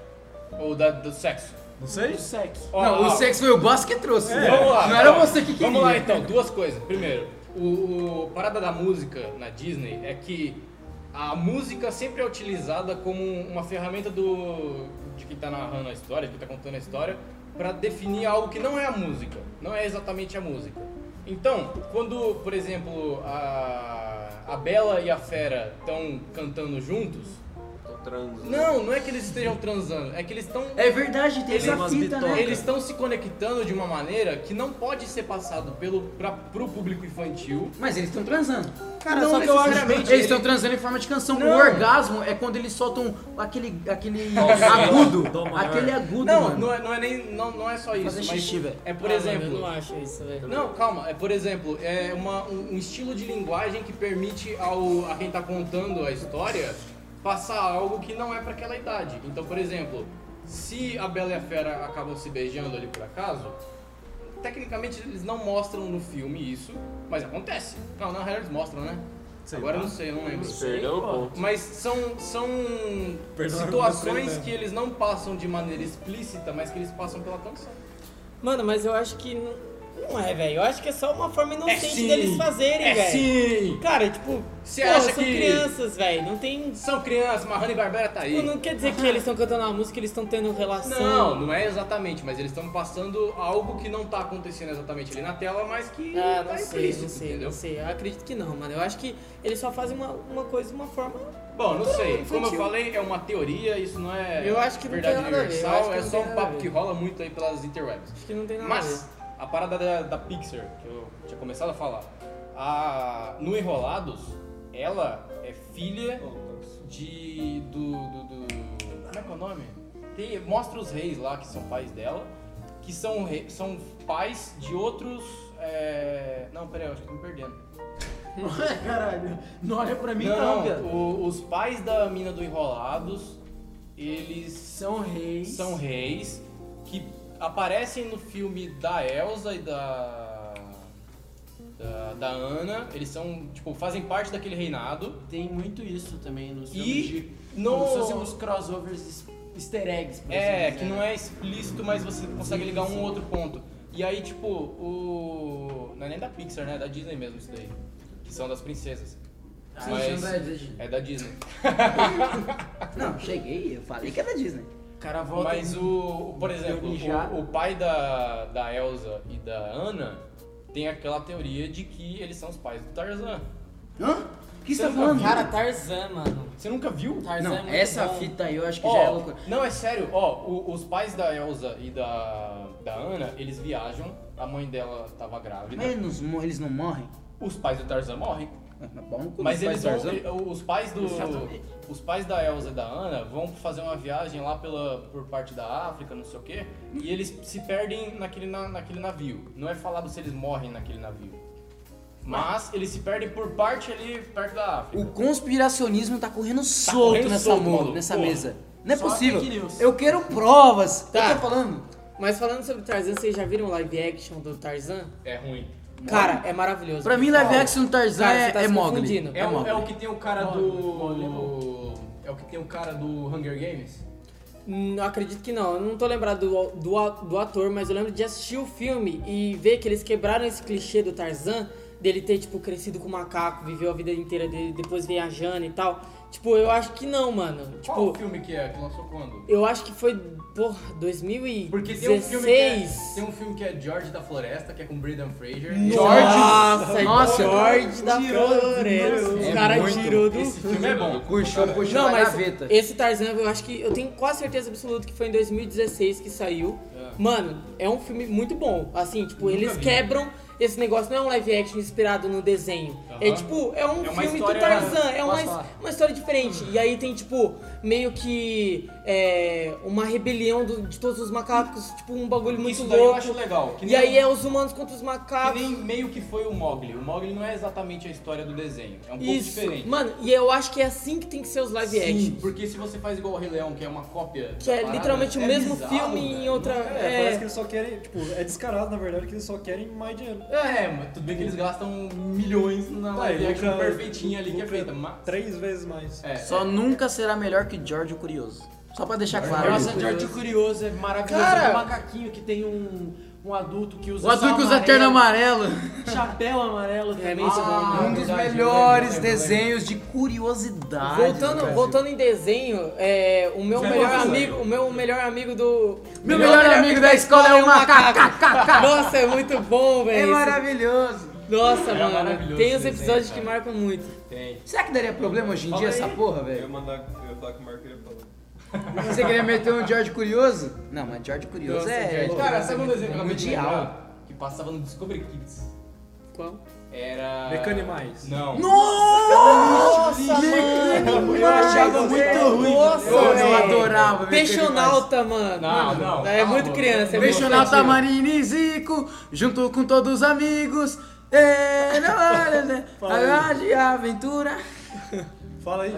C: Ou da, do sexo?
D: Não sei?
E: Sexo.
C: Ó,
G: Não,
C: ó,
G: o sexo foi o boss que trouxe. né?
C: Vamos lá.
G: Não era
C: então.
G: você que queria.
C: Vamos lá então, duas coisas. Primeiro, o, o parada da música na Disney é que a música sempre é utilizada como uma ferramenta do de quem tá narrando a história, de quem tá contando a história, para definir algo que não é a música, não é exatamente a música. Então, quando, por exemplo, a, a Bela e a Fera estão cantando juntos,
F: Tô transando.
C: não, não é que eles estejam transando, é que eles estão
G: É verdade, tem
C: Eles-
G: essa fita, né?
C: eles estão se conectando de uma maneira que não pode ser passado pelo pra, pro público infantil.
G: Mas eles estão transando.
C: Cara, não só que eu acho
G: Eles estão transando em forma de canção.
C: Não.
G: O orgasmo é quando eles soltam aquele,
C: [laughs]
G: aquele agudo.
D: dó maior.
G: Aquele agudo,
C: Não,
G: mano.
C: não é, não é nem não, não é só isso,
G: Fazer
C: mas
G: xixi, velho.
C: é por
B: Ah, mano,
C: exemplo.
B: eu não acho isso, velho.
C: Não, calma, é por exemplo, é uma, um, um estilo de linguagem que permite ao, a quem tá contando a história passar algo que não é pra aquela idade. Então, por exemplo, se a Bela e a Fera acabam se beijando ali por acaso, tecnicamente eles não mostram no filme isso, mas acontece. Não, na real eles mostram, né?
D: Sei
C: Agora
D: lá.
C: eu não sei, eu não lembro.
F: Perdão, pô.
C: Mas são, são
D: Perdão, eu não
C: situações
D: sei, né?
C: que eles não passam de maneira explícita, mas que eles passam pela canção.
B: Mano, mas eu acho que não, não é, velho. Eu acho que é só uma forma inocente
C: sim. É
B: deles
D: É
B: fazerem, velho.
C: sim!
B: Cara, tipo,
C: Você
B: pô,
C: acha
B: são
C: que-
B: crianças, velho. Não tem.
C: São crianças, Marrone e Barbera tá aí.
B: Tipo, não quer dizer que eles estão cantando uma música, eles estão tendo relação.
C: Não, não é exatamente, mas eles estão passando algo que não tá acontecendo exatamente ali na tela, mas que
B: Ah, não
C: tá
B: sei,
C: implícito,
B: não sei,
C: entendeu?
B: não sei. Eu acredito que não, mano. Eu acho que eles só fazem uma, uma coisa de uma forma.
C: Bom, não sei. Como eu
B: infantil.
C: falei, é uma teoria, isso não é
B: Eu acho que não
C: verdade
B: tem nada a ver, eu
C: universal,
B: acho que
C: é
B: não
C: só
B: tem
C: um
B: nada a
C: papo
B: ver.
C: que rola muito aí pelas interwebs.
B: Acho que não tem nada
C: Mas
B: a
C: a parada da, da Pixar, que eu tinha começado a falar, a, no Enrolados, ela é filha de. do. do, do- como é que é o nome? Tem- mostra os reis lá que são pais dela, que são, re- são pais de outros. é, não, peraí, eu acho que eu tô me perdendo. [laughs]
E: Caralho. Não olha pra mim, tá, não,
C: Não,
E: cara.
C: o- os pais da mina do Enrolados, eles
E: São reis.
C: são reis que aparecem no filme da Elsa e da da, da Ana. Eles são tipo fazem parte daquele reinado
E: Tem muito isso também nos filmes
C: e
E: de... Como se um fossem
C: não
E: uns crossovers es- easter eggs, por
C: é
E: exemplo,
C: que
E: né?
C: não é explícito, mas você consegue
E: Sim,
C: ligar um
E: sim.
C: ou outro ponto. E aí tipo o não é nem da Pixar, né? É da Disney mesmo isso daí, que são das princesas.
G: Sim,
C: mas
G: isso é da Disney.
C: é da Disney.
G: Não, cheguei, eu falei que é da Disney.
E: O cara volta
C: Mas
E: em-
C: o, o- por exemplo,
E: mijar.
C: o, o pai da, da Elsa e da Ana tem aquela teoria de que eles são os pais do Tarzan.
G: Hã? O que você tá
C: Você
G: falando?
B: ver. Cara, Tarzan, mano.
C: Você nunca viu?
B: Tarzan é
G: não,
B: muito
G: essa
B: bom.
G: fita aí eu acho que já é
C: Ó,
G: loucura.
C: não, é sério, ó, o- os pais da Elsa e da, da Ana, eles viajam, a mãe dela tava grávida,
G: Mas eles não, eles não morrem?
C: os pais do Tarzan morrem.
G: Ah, mas bom, quando
C: Mas
G: você
C: eles
G: faz
C: vão,
G: Tarzan-
C: os pais do os pais da Elsa e da Ana vão fazer uma viagem lá pela por parte da África, não sei o quê, e eles se perdem naquele na- naquele navio. Não é falado se eles morrem naquele navio. Mas eles se perdem por parte ali perto da África.
G: O conspiracionismo tá correndo solto
C: correndo
G: nessa,
C: solto,
G: mu-
C: maluco,
G: nessa
C: porra.
G: mesa. Não é
E: Só fake
G: possível.
E: news.
G: Eu quero provas.
B: Tá.
G: Eu tô falando.
B: Mas falando sobre Tarzan, vocês já viram o live action do Tarzan?
C: É ruim.
B: Cara, é maravilhoso.
G: Pra mim, live action do Tarzan
B: Cara,
G: é,
B: você tá
G: é
B: se
G: Mogli.
B: confundindo.
C: É,
G: É
C: o,
G: Mogli.
C: é o que tem o cara
E: Mole,
C: do. É o que tem o cara do Hunger Games?
B: Não acredito que não. Hum, Eu não tô lembrado do, do, a- do ator, mas eu lembro de assistir o filme e ver que eles quebraram esse clichê do Tarzan, dele ter, tipo, crescido com macaco, viveu a vida inteira dele, depois viajando e tal. Tipo, eu acho que não, mano.
C: Qual
B: Tipo,
C: o filme que é? Que lançou quando?
B: eu acho que foi, porra, 2016.
C: Porque tem um, filme que é, tem um filme que é George da Floresta, que é com Brendan Fraser.
B: Nossa,
G: Nossa.
B: George da
E: Tirou,
B: Floresta.
E: nossa.
B: O
G: É
B: cara
G: muito.
B: tirou do
C: Esse filme é bom.
G: Puxou, puxou
B: Não,
G: na
B: mas
G: gaveta.
B: esse Tarzan, eu acho que eu tenho quase certeza absoluta que foi em 2016 que saiu. Mano, é um filme muito bom. Assim, tipo, eles quebram esse negócio, não é um live action inspirado no desenho. É tipo, é um
C: É uma
B: filme do
C: história-
B: Tarzan, é uma,
E: Posso falar?
B: uma história diferente. E aí tem, tipo, meio que é, uma rebelião do- de todos os macacos, tipo, um bagulho muito
C: Isso daí eu
B: louco.
C: acho legal. Que
B: E
C: nem- um
B: aí é os humanos contra os
C: que
B: macacos.
C: nem um meio que foi o Mogli. O Mogli não é exatamente a história do desenho. É um pouco
B: Isso.
C: diferente.
B: Mano, e eu acho que é assim que tem que ser os live action.
C: Sim, porque se você faz igual o Rei Leão, que é uma cópia.
B: Que
C: da
B: é
C: parada,
B: literalmente o
C: é
B: mesmo
C: bizarro,
B: filme em
C: velho.
B: outra.
D: É,
B: é,
D: parece que eles só querem, tipo, é descarado na verdade que eles só querem mais dinheiro.
C: É, mas tudo bem que eles gastam milhões na
D: Tá,
C: live
D: ele
C: action
D: lucra-
C: perfeitinha ali que é
D: lucra
C: feita, mas.
D: Três vezes mais.
C: É,
G: Só nunca será melhor que George o Curioso. Só pra deixar claro.
E: Nossa, George Curioso é maravilhoso.
B: Cara!
E: É um macaquinho que tem um, um adulto que usa
G: o adulto que
E: só
G: usa terno amarelo.
E: Chapéu amarelo também.
B: muito bom,
E: Ah,
G: um dos
C: verdade,
G: melhores
C: eu lembro, eu lembro,
G: desenhos de curiosidade.
B: Voltando, voltando em desenho, é, o meu
C: Zé
B: melhor
C: Macaco.
B: amigo, o meu melhor amigo do
G: Meu melhor, amigo da escola é o macaco.
B: Nossa, é muito bom,
G: É
B: velho.
G: maravilhoso.
B: Nossa,
C: Era
B: mano.
C: maravilhoso
B: Tem os
C: esse
B: episódios
C: desenho,
B: que
C: cara.
B: marcam muito.
C: Tem.
G: Será que daria problema hoje em
C: Fala
G: dia
C: aí.
G: essa porra,
F: Eu ia
G: velho?
F: mandar, eu ia falar que o Marco ia falar.
G: Você queria meter um George Curioso? Não, mas George Curioso é.
C: Cara, sabe um desenho que eu acabei de
G: mundial.
C: lembrar? Que passava no Discovery Kids.
B: Qual?
C: Era.
D: Mecanimais.
C: Não.
G: Nossa, é
C: mano! Eu achava muito ruim.
B: Nossa,
G: Eu
B: velho.
G: adorava.
B: Peixonauta, mano.
C: Não, não.
B: É muito
C: Calma.
B: criança. É muito
G: Peixonauta
B: infantil.
G: Marina e Zico, junto com todos os amigos. É, na hora, né? A grande aventura.
D: Fala aí.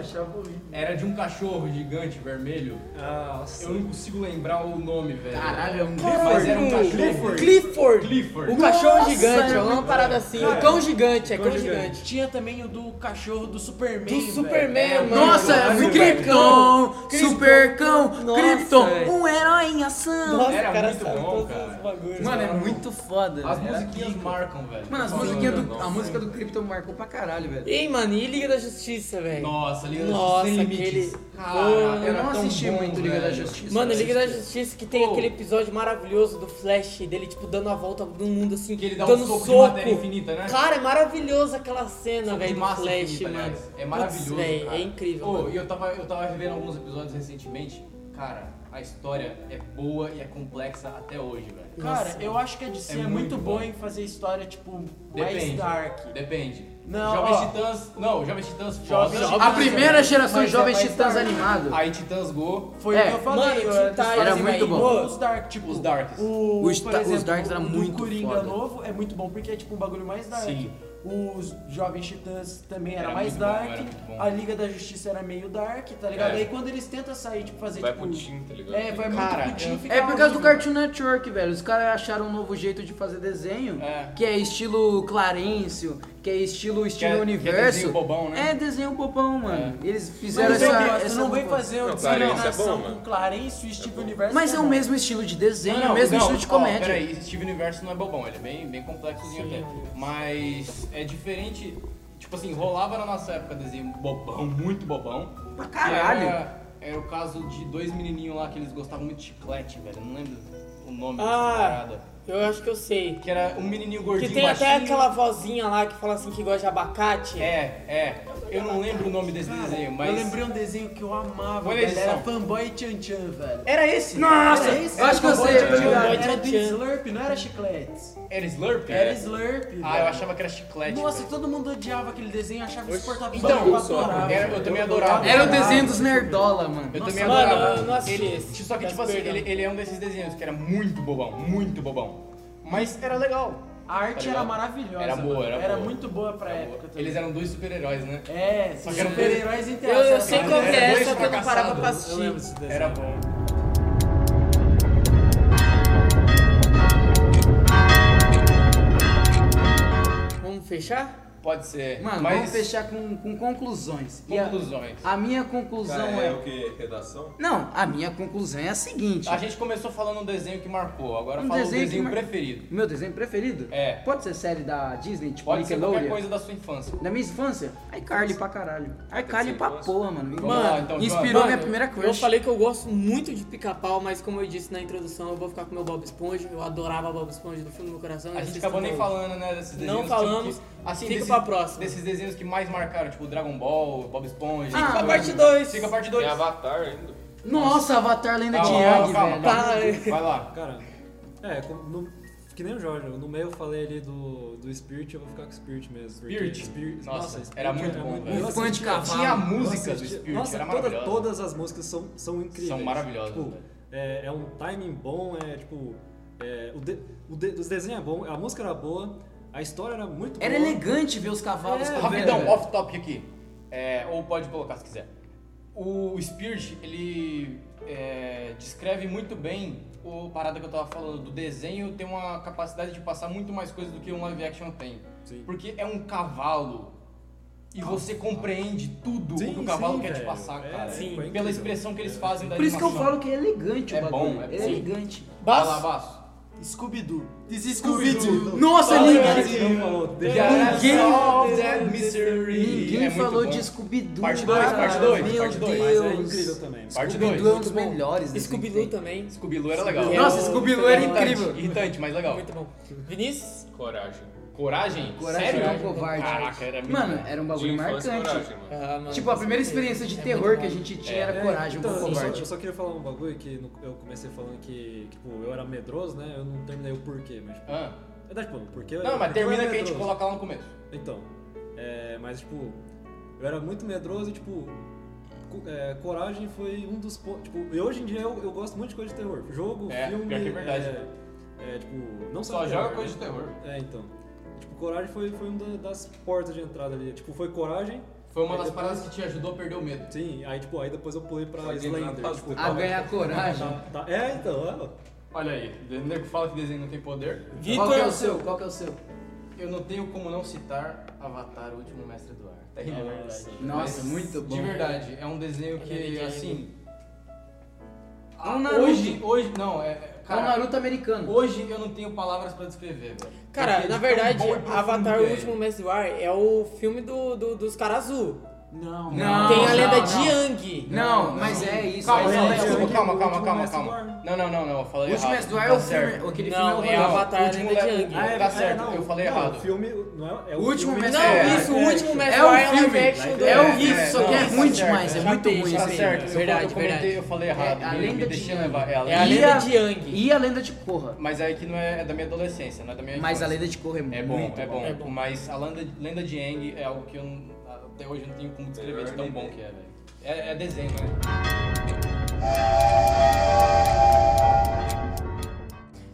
C: Era de um cachorro gigante vermelho.
D: Ah,
C: Eu não consigo lembrar o nome, velho.
G: Caralho, é um
C: Mas era um cachorro.
D: Clifford.
B: Clifford.
C: Clifford.
B: O cachorro
G: Nossa,
B: gigante,
G: é
B: é uma
G: muito-
B: parada assim. O cão gigante, é cão gigante.
E: Tinha também o do cachorro do Superman.
B: Do
E: velho.
B: Superman, mano.
G: Nossa, é
B: Do
G: muito
B: Krypton.
G: Krypton, Supercão,
B: Nossa,
G: Krypton,
B: velho.
G: um herói em ação.
B: Nossa,
C: Era
B: o cara
C: muito
B: sabe
C: bom,
B: todos
C: cara.
B: os bagulhos.
G: Mano, é muito foda,
C: As
G: velho.
C: musiquinhas marcam, velho.
G: Mano, as musiquinhas
C: né?
G: do, a música do Krypton marcou pra caralho, velho.
B: Ei, mano, e Liga da Justiça, velho?
C: Nossa, Liga
B: Nossa,
C: da Justiça Sem Limites.
B: aquele-
C: Cara,
G: Eu
C: era
G: não
C: tão
G: assisti
C: bom,
G: muito Liga da
C: velho.
G: Justiça.
B: Mano,
G: velho.
B: Liga da Justiça que tem
C: Pô.
B: aquele episódio maravilhoso do Flash, dele, tipo, dando a volta do mundo, assim,
C: Que ele dá um
B: dando
C: soco de matéria infinita, né?
B: Cara, é maravilhoso aquela cena,
C: Soco de
B: velho, do
C: massa
B: Flash,
C: infinita,
B: mano.
C: aliás. É maravilhoso,
B: Putz, velho,
C: cara.
B: é incrível,
C: Pô,
B: mano.
C: e eu tava, eu tava revendo alguns episódios recentemente. Cara, a história é boa e é complexa até hoje, velho.
E: Cara,
B: Nossa.
E: eu acho que a DC é,
C: É
E: muito
C: muito
E: boa
C: bom.
E: em fazer história, tipo, mais
C: Depende.
E: dark.
C: Depende.
E: Não,
C: Jovens
E: ó.
C: Titãs... Não, Jovens Titãs...
E: Jovens
C: foda.
E: Titãs.
G: A primeira geração de
C: Mas é
G: Jovens
C: mais
G: Titãs
C: dark.
G: animado.
C: Aí Titãs Go...
E: Foi o
G: É.
E: que eu falei,
B: Mano,
E: eu-
B: Teen Titans
E: fazem
G: era muito
E: aí
G: bom.
E: Os Dark, tipo,
C: Os Darks.
E: O,
G: Os
E: por
G: ta- os
E: exemplo,
G: Darks era
E: o do
G: muito
E: Coringa
G: foda.
E: novo é muito bom porque é tipo um bagulho mais dark.
C: Sim.
E: Os Jovens Titãs também era,
C: Era
E: mais
C: muito bom,
E: dark.
C: era muito bom.
E: a Liga da Justiça era meio dark, tá ligado?
C: É.
E: Aí quando eles tentam sair, tipo, fazer
F: Vai
E: tipo.
F: pro Tim, tá ligado?
E: é, vai
C: Cara,
E: muito putinho
C: eu-
E: fica
G: É por causa do
E: horrível.
G: Cartoon Network, velho. Os caras acharam um novo jeito de fazer desenho,
C: É.
G: que é estilo Clarencio, que é estilo estilo
C: Que é- que é
G: universo.
C: desenho bobão, né? É.
G: É desenho bobão, mano. Eles fizeram
E: Mas
G: essa,
E: eu não,
G: essa
E: não vem
G: bobagem.
E: fazer uma
F: Não, Clarence é
E: discriminação
F: bom,
E: com
F: mano.
E: Clarence e Steve Universo.
G: Mas é o
E: não.
G: mesmo estilo de desenho,
C: Não,
G: é o
C: não,
G: mesmo
C: não,
G: estilo de
C: ó,
G: comédia.
C: peraí, Steve Universo não é bobão, ele é bem, bem complexozinho
B: Sim,
C: até. Mas é diferente. Tipo assim, rolava na nossa época desenho bobão, muito bobão.
G: Pra
C: que
G: caralho.
C: Era, era o caso de dois menininhos lá que eles gostavam muito de chiclete, velho. Eu não lembro o nome
B: Ah.
C: dessa parada.
B: Eu acho que eu sei.
C: Que era um menininho
B: Que
C: gordinho
B: tem até
C: baixinho.
B: aquela vozinha lá que fala assim que gosta de abacate.
C: É, é. Eu não lembro o nome desse desenho, mas.
E: Eu lembrei um desenho que eu amava,
C: Olha
E: velho.
C: isso.
E: Era Fanboy Chan Chan, velho.
C: Era esse?
G: Nossa,
C: É
E: Era esse?
G: eu
C: um
G: acho que eu
E: Fanboy
G: sei.
E: Chan Chan.
B: Fanboy
E: Era do
B: Chan Chan.
E: Slurp, não era chicletes.
C: Era Slurp?
E: Era Slurp.
C: É. Ah,
E: velho.
C: eu achava que era chiclete.
E: Nossa,
C: velho.
E: todo mundo odiava aquele desenho, achava insuportável.
C: Então,
E: eu
F: só-
E: adorava.
C: era- eu também adorava.
G: Era o desenho dos nerdola, mano.
C: Eu também
B: mano,
C: adorava.
B: eu não assisti
C: ele,
B: esse.
C: Só que,
B: Peço
C: tipo assim,
B: perdão.
C: ele, ele é um desses desenhos que era muito bobão, muito bobão. Mas era legal.
E: A arte
C: ligado?
E: era maravilhosa.
C: Era boa,
E: mano.
C: era boa.
E: muito boa pra
C: Era
E: época
C: boa.
E: também.
C: Eles eram dois super-heróis, né?
E: É,
C: Só
E: só
C: que era um-
E: super-heróis entre
B: Eu,
E: elas,
B: eu
E: né,
B: sei
E: cara?
B: qual que é
C: dois
B: essa, que eu não parava pra
C: fracassados.
B: assistir.
E: Eu lembro desse desenho.
B: é
C: Era bom.
B: Vamos fechar?
C: Pode ser.
G: Mano,
C: mas
G: vamos fechar com, com conclusões. E a-
C: conclusões.
G: A, minha conclusão
F: Cara,
G: é...
F: é o que? Redação?
G: Não, a minha conclusão é a seguinte.
C: A gente começou falando um desenho que marcou, agora
G: Um
C: fala um
G: desenho que
C: desenho
G: mar-
C: preferido.
G: Meu desenho preferido?
C: É.
G: Pode ser série da Disney, tipo
C: Pode ser qualquer
G: Nickelodeon?
C: coisa da sua infância.
G: Da minha infância? iCarly pra caralho. iCarly pra
F: Infância.
G: porra, mano.
C: Vamos lá, então,
G: inspirou
C: João.
G: minha primeira crush.
B: Eu falei que eu gosto muito de pica-pau, mas como eu disse na introdução, eu vou ficar com meu Bob Esponja. Eu adorava Bob Esponja do fundo do meu coração.
C: A gente acabou nem falando, né, desses
B: Não
C: desenhos.
B: falamos,
C: Tipo, que-
B: fica pra próxima.
C: Desses desenhos que mais marcaram, tipo Dragon Ball, Bob Esponja. Ah,
G: Fica pra
B: parte dois.
C: Fica a parte 2.
F: Tem Avatar ainda.
G: Nossa, Avatar Lenda de
C: Calma,
G: Yang,
C: calma,
G: velho.
C: calma.
B: Para.
C: Vai lá.
D: Cara, é, como- no- que nem o Jorge, no meio eu falei ali do, do Spirit, eu vou ficar com Spirit mesmo. porque
C: Spirit?
D: Spirit
C: Nossa,
D: nossa, Spirit é
C: era muito bom, velho.
D: eu
G: Um fã de
D: assistia-
G: cavalo.
C: Tinha a
D: eu
C: música do
D: assistia-
C: Spirit,
D: nossa,
C: era
D: toda-
C: maravilhosa.
D: todas as músicas são, são incríveis.
C: São maravilhosas, né?
D: Tipo,
C: velho.
D: é, é um timing bom, é tipo... é, o de, o de- os desenhos é bom, a música era boa, a história era muito
G: Era
D: boa.
G: elegante ver os cavalos correndo.
C: É, Rapidão,
G: É, velho.
C: off topic aqui. É, ou pode colocar se quiser. O Spirit, ele é, descreve muito bem o parada que eu tava falando do desenho tem uma capacidade de passar muito mais coisas do que um live action tem.
D: Sim.
C: Porque é um cavalo e você compreende tudo o
D: Sim,
C: que o cavalo
D: sim,
C: quer te
D: velho.
C: passar,
D: É,
C: cara.
D: sim, foi
C: Pela
D: incrível.
C: expressão que eles fazem da
G: Por isso que eu
C: animação.
G: falo que é elegante o
C: É
G: bagulho.
C: bom, é bom.
G: elegante.
C: Vai lá, Baço.
E: Scooby-Doo. This is
C: Scooby-Doo.
G: Nossa, ninguém,
D: Não falou dele.
G: Ninguém-
C: Solve that mystery.
G: ninguém
C: É muito
G: falou
C: é bom.
G: de Scooby-Doo.
C: Parte dois,
G: cara.
C: parte dois,
G: Meu
C: parte dois.
D: Mas é
G: Deus.
D: incrível também.
C: Parte
G: Scooby-Doo é um
C: 2.
G: dos melhores. desenhos que
B: Scooby-Doo
G: tem.
B: também.
C: Scooby-Doo era legal.
G: Nossa, Scooby-Doo era
B: Irritante.
G: incrível.
C: Irritante, mas legal.
B: Muito bom. Vinícius?
F: Coragem.
C: Coragem?
G: Coragem
C: Sério?
G: é um covarde.
C: Caraca, era muito
G: Mano,
C: bom.
G: era um
F: De
G: bagulho
F: infância,
G: marcante.
F: coragem, mano.
B: Ah, mano,
G: Tipo, a
B: com
G: primeira
B: certeza.
G: experiência de
B: É
G: terror
B: muito
G: que a
B: bom.
G: gente tinha era
C: É,
G: coragem, um
D: então,
G: pouco
D: eu só-
G: covarde.
D: Eu só queria falar um bagulho que no- eu comecei falando que, tipo, eu era medroso, né? Eu não terminei o porquê, mas tipo,
C: Ah.
D: é da- tipo, porque eu era-
C: Não, mas
D: porque eu era
C: termina que a gente
D: medroso.
C: coloca lá no começo.
D: Então, é, mas tipo, eu era muito medroso e tipo, co- é, coragem foi um dos pontos, tipo, e hoje em dia eu, eu gosto muito de coisa de terror, jogo,
C: É,
D: filme,
C: pior que é verdade.
D: é, é, tipo, não só,
C: Só
D: terror,
C: joga
D: né?
C: coisa de terror.
D: É, então. Tipo, coragem foi, foi uma das portas de entrada ali. Tipo, foi coragem.
C: Foi uma
D: aí
C: das
D: depois-
C: paradas que te ajudou a perder o medo.
D: Sim, aí tipo, aí depois eu pulei pra
F: Foi quebrado
D: Slender.
F: as
D: Tipo,
G: A ganhar coragem.
D: tá- tá- é, então, é, ó.
C: Olha aí, o nego fala que desenho não tem poder.
G: Qual que é o
B: Vitor?
G: seu? Qual que é o seu?
C: Eu não tenho como não citar Avatar, o último mestre do ar. Tá rindo, é
D: Nossa.
C: verdade.
G: Nossa,
C: Mas,
G: muito bom.
C: De verdade, é um desenho
B: É
C: que,
B: verdade.
C: assim.
G: É um
C: ah,
G: Naruto.
C: Hoje, hoje, não, é. é,
G: É o
C: Cara,
G: Naruto americano.
C: hoje eu não tenho palavras pra descrever, velho.
B: Cara,
C: Porque
B: na
C: de tão
B: verdade,
C: bom e profundo
B: Avatar,
C: que
B: o
C: é.
B: último mestre do ar, é o filme do, do- dos caras azul.
E: Não,
G: Não,
B: Tem a lenda
G: não,
B: de
G: não.
B: Yang.
G: Não, mas é isso.
C: Calma,
G: mas
C: calma,
G: é isso.
C: desculpa, calma,
D: Último
C: calma, calma,
D: Mestre do
C: calma.
D: Ar.
C: Não, não, não, não, eu falei
G: O último
C: errado.
G: mestre do ar
C: Tá
G: é o
C: certo.
G: filme. Aquele filme é
B: Não,
G: o
B: é
C: Não,
B: Avatar,
C: o
B: a
C: último
B: lenda de
C: le-
B: Yang.
C: Ah, é, Tá certo, eu falei
D: não,
C: errado.
D: O filme não é, é
G: O último
D: filme-
G: mestre
B: Não,
C: É,
B: isso, o último mestre
G: É
B: do
G: um
B: ar é live
G: filme.
B: action do
G: É um
B: Yang.
G: filme, só que é
C: não,
G: ruim
C: tá certo,
G: demais. É
C: já
G: muito
B: tem,
G: ruim
B: já
C: Tá
G: esse
B: Sim,
C: certo,
G: filme.
C: eu,
B: verdade,
C: eu comentei,
B: verdade.
C: eu falei errado.
G: É a
C: me-
G: lenda
C: me
G: de
C: deixei
G: Yang.
C: levar. É
B: É
C: a
B: a
C: lenda.
G: E
B: lenda
G: a-
B: de Yang.
G: E a lenda de Korra.
C: Mas aí que não é, é da minha adolescência, não é da minha
G: Mas a
C: infância.
G: lenda de Korra é
C: É
G: muito
C: bom, é bom,
B: É bom.
C: Mas a lenda, lenda de Aang é algo que eu não- até hoje eu não tenho como descrever de tão bom que é, velho. É, é desenho, né?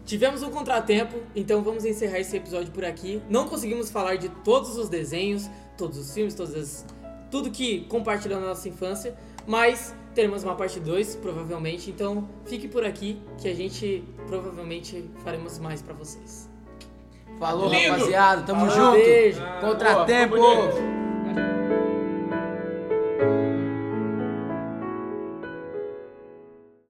B: Tivemos um contratempo, então vamos encerrar esse episódio por aqui. Não conseguimos falar de todos os desenhos, todos os filmes, todas as... tudo que compartilhou na nossa infância, mas teremos uma parte 2, provavelmente, então fique por aqui que a gente provavelmente faremos mais pra vocês.
G: Falou, rapaziada. Tamo junto.
B: Beijo.
G: Contratempo.
F: Boa, ficou bonito.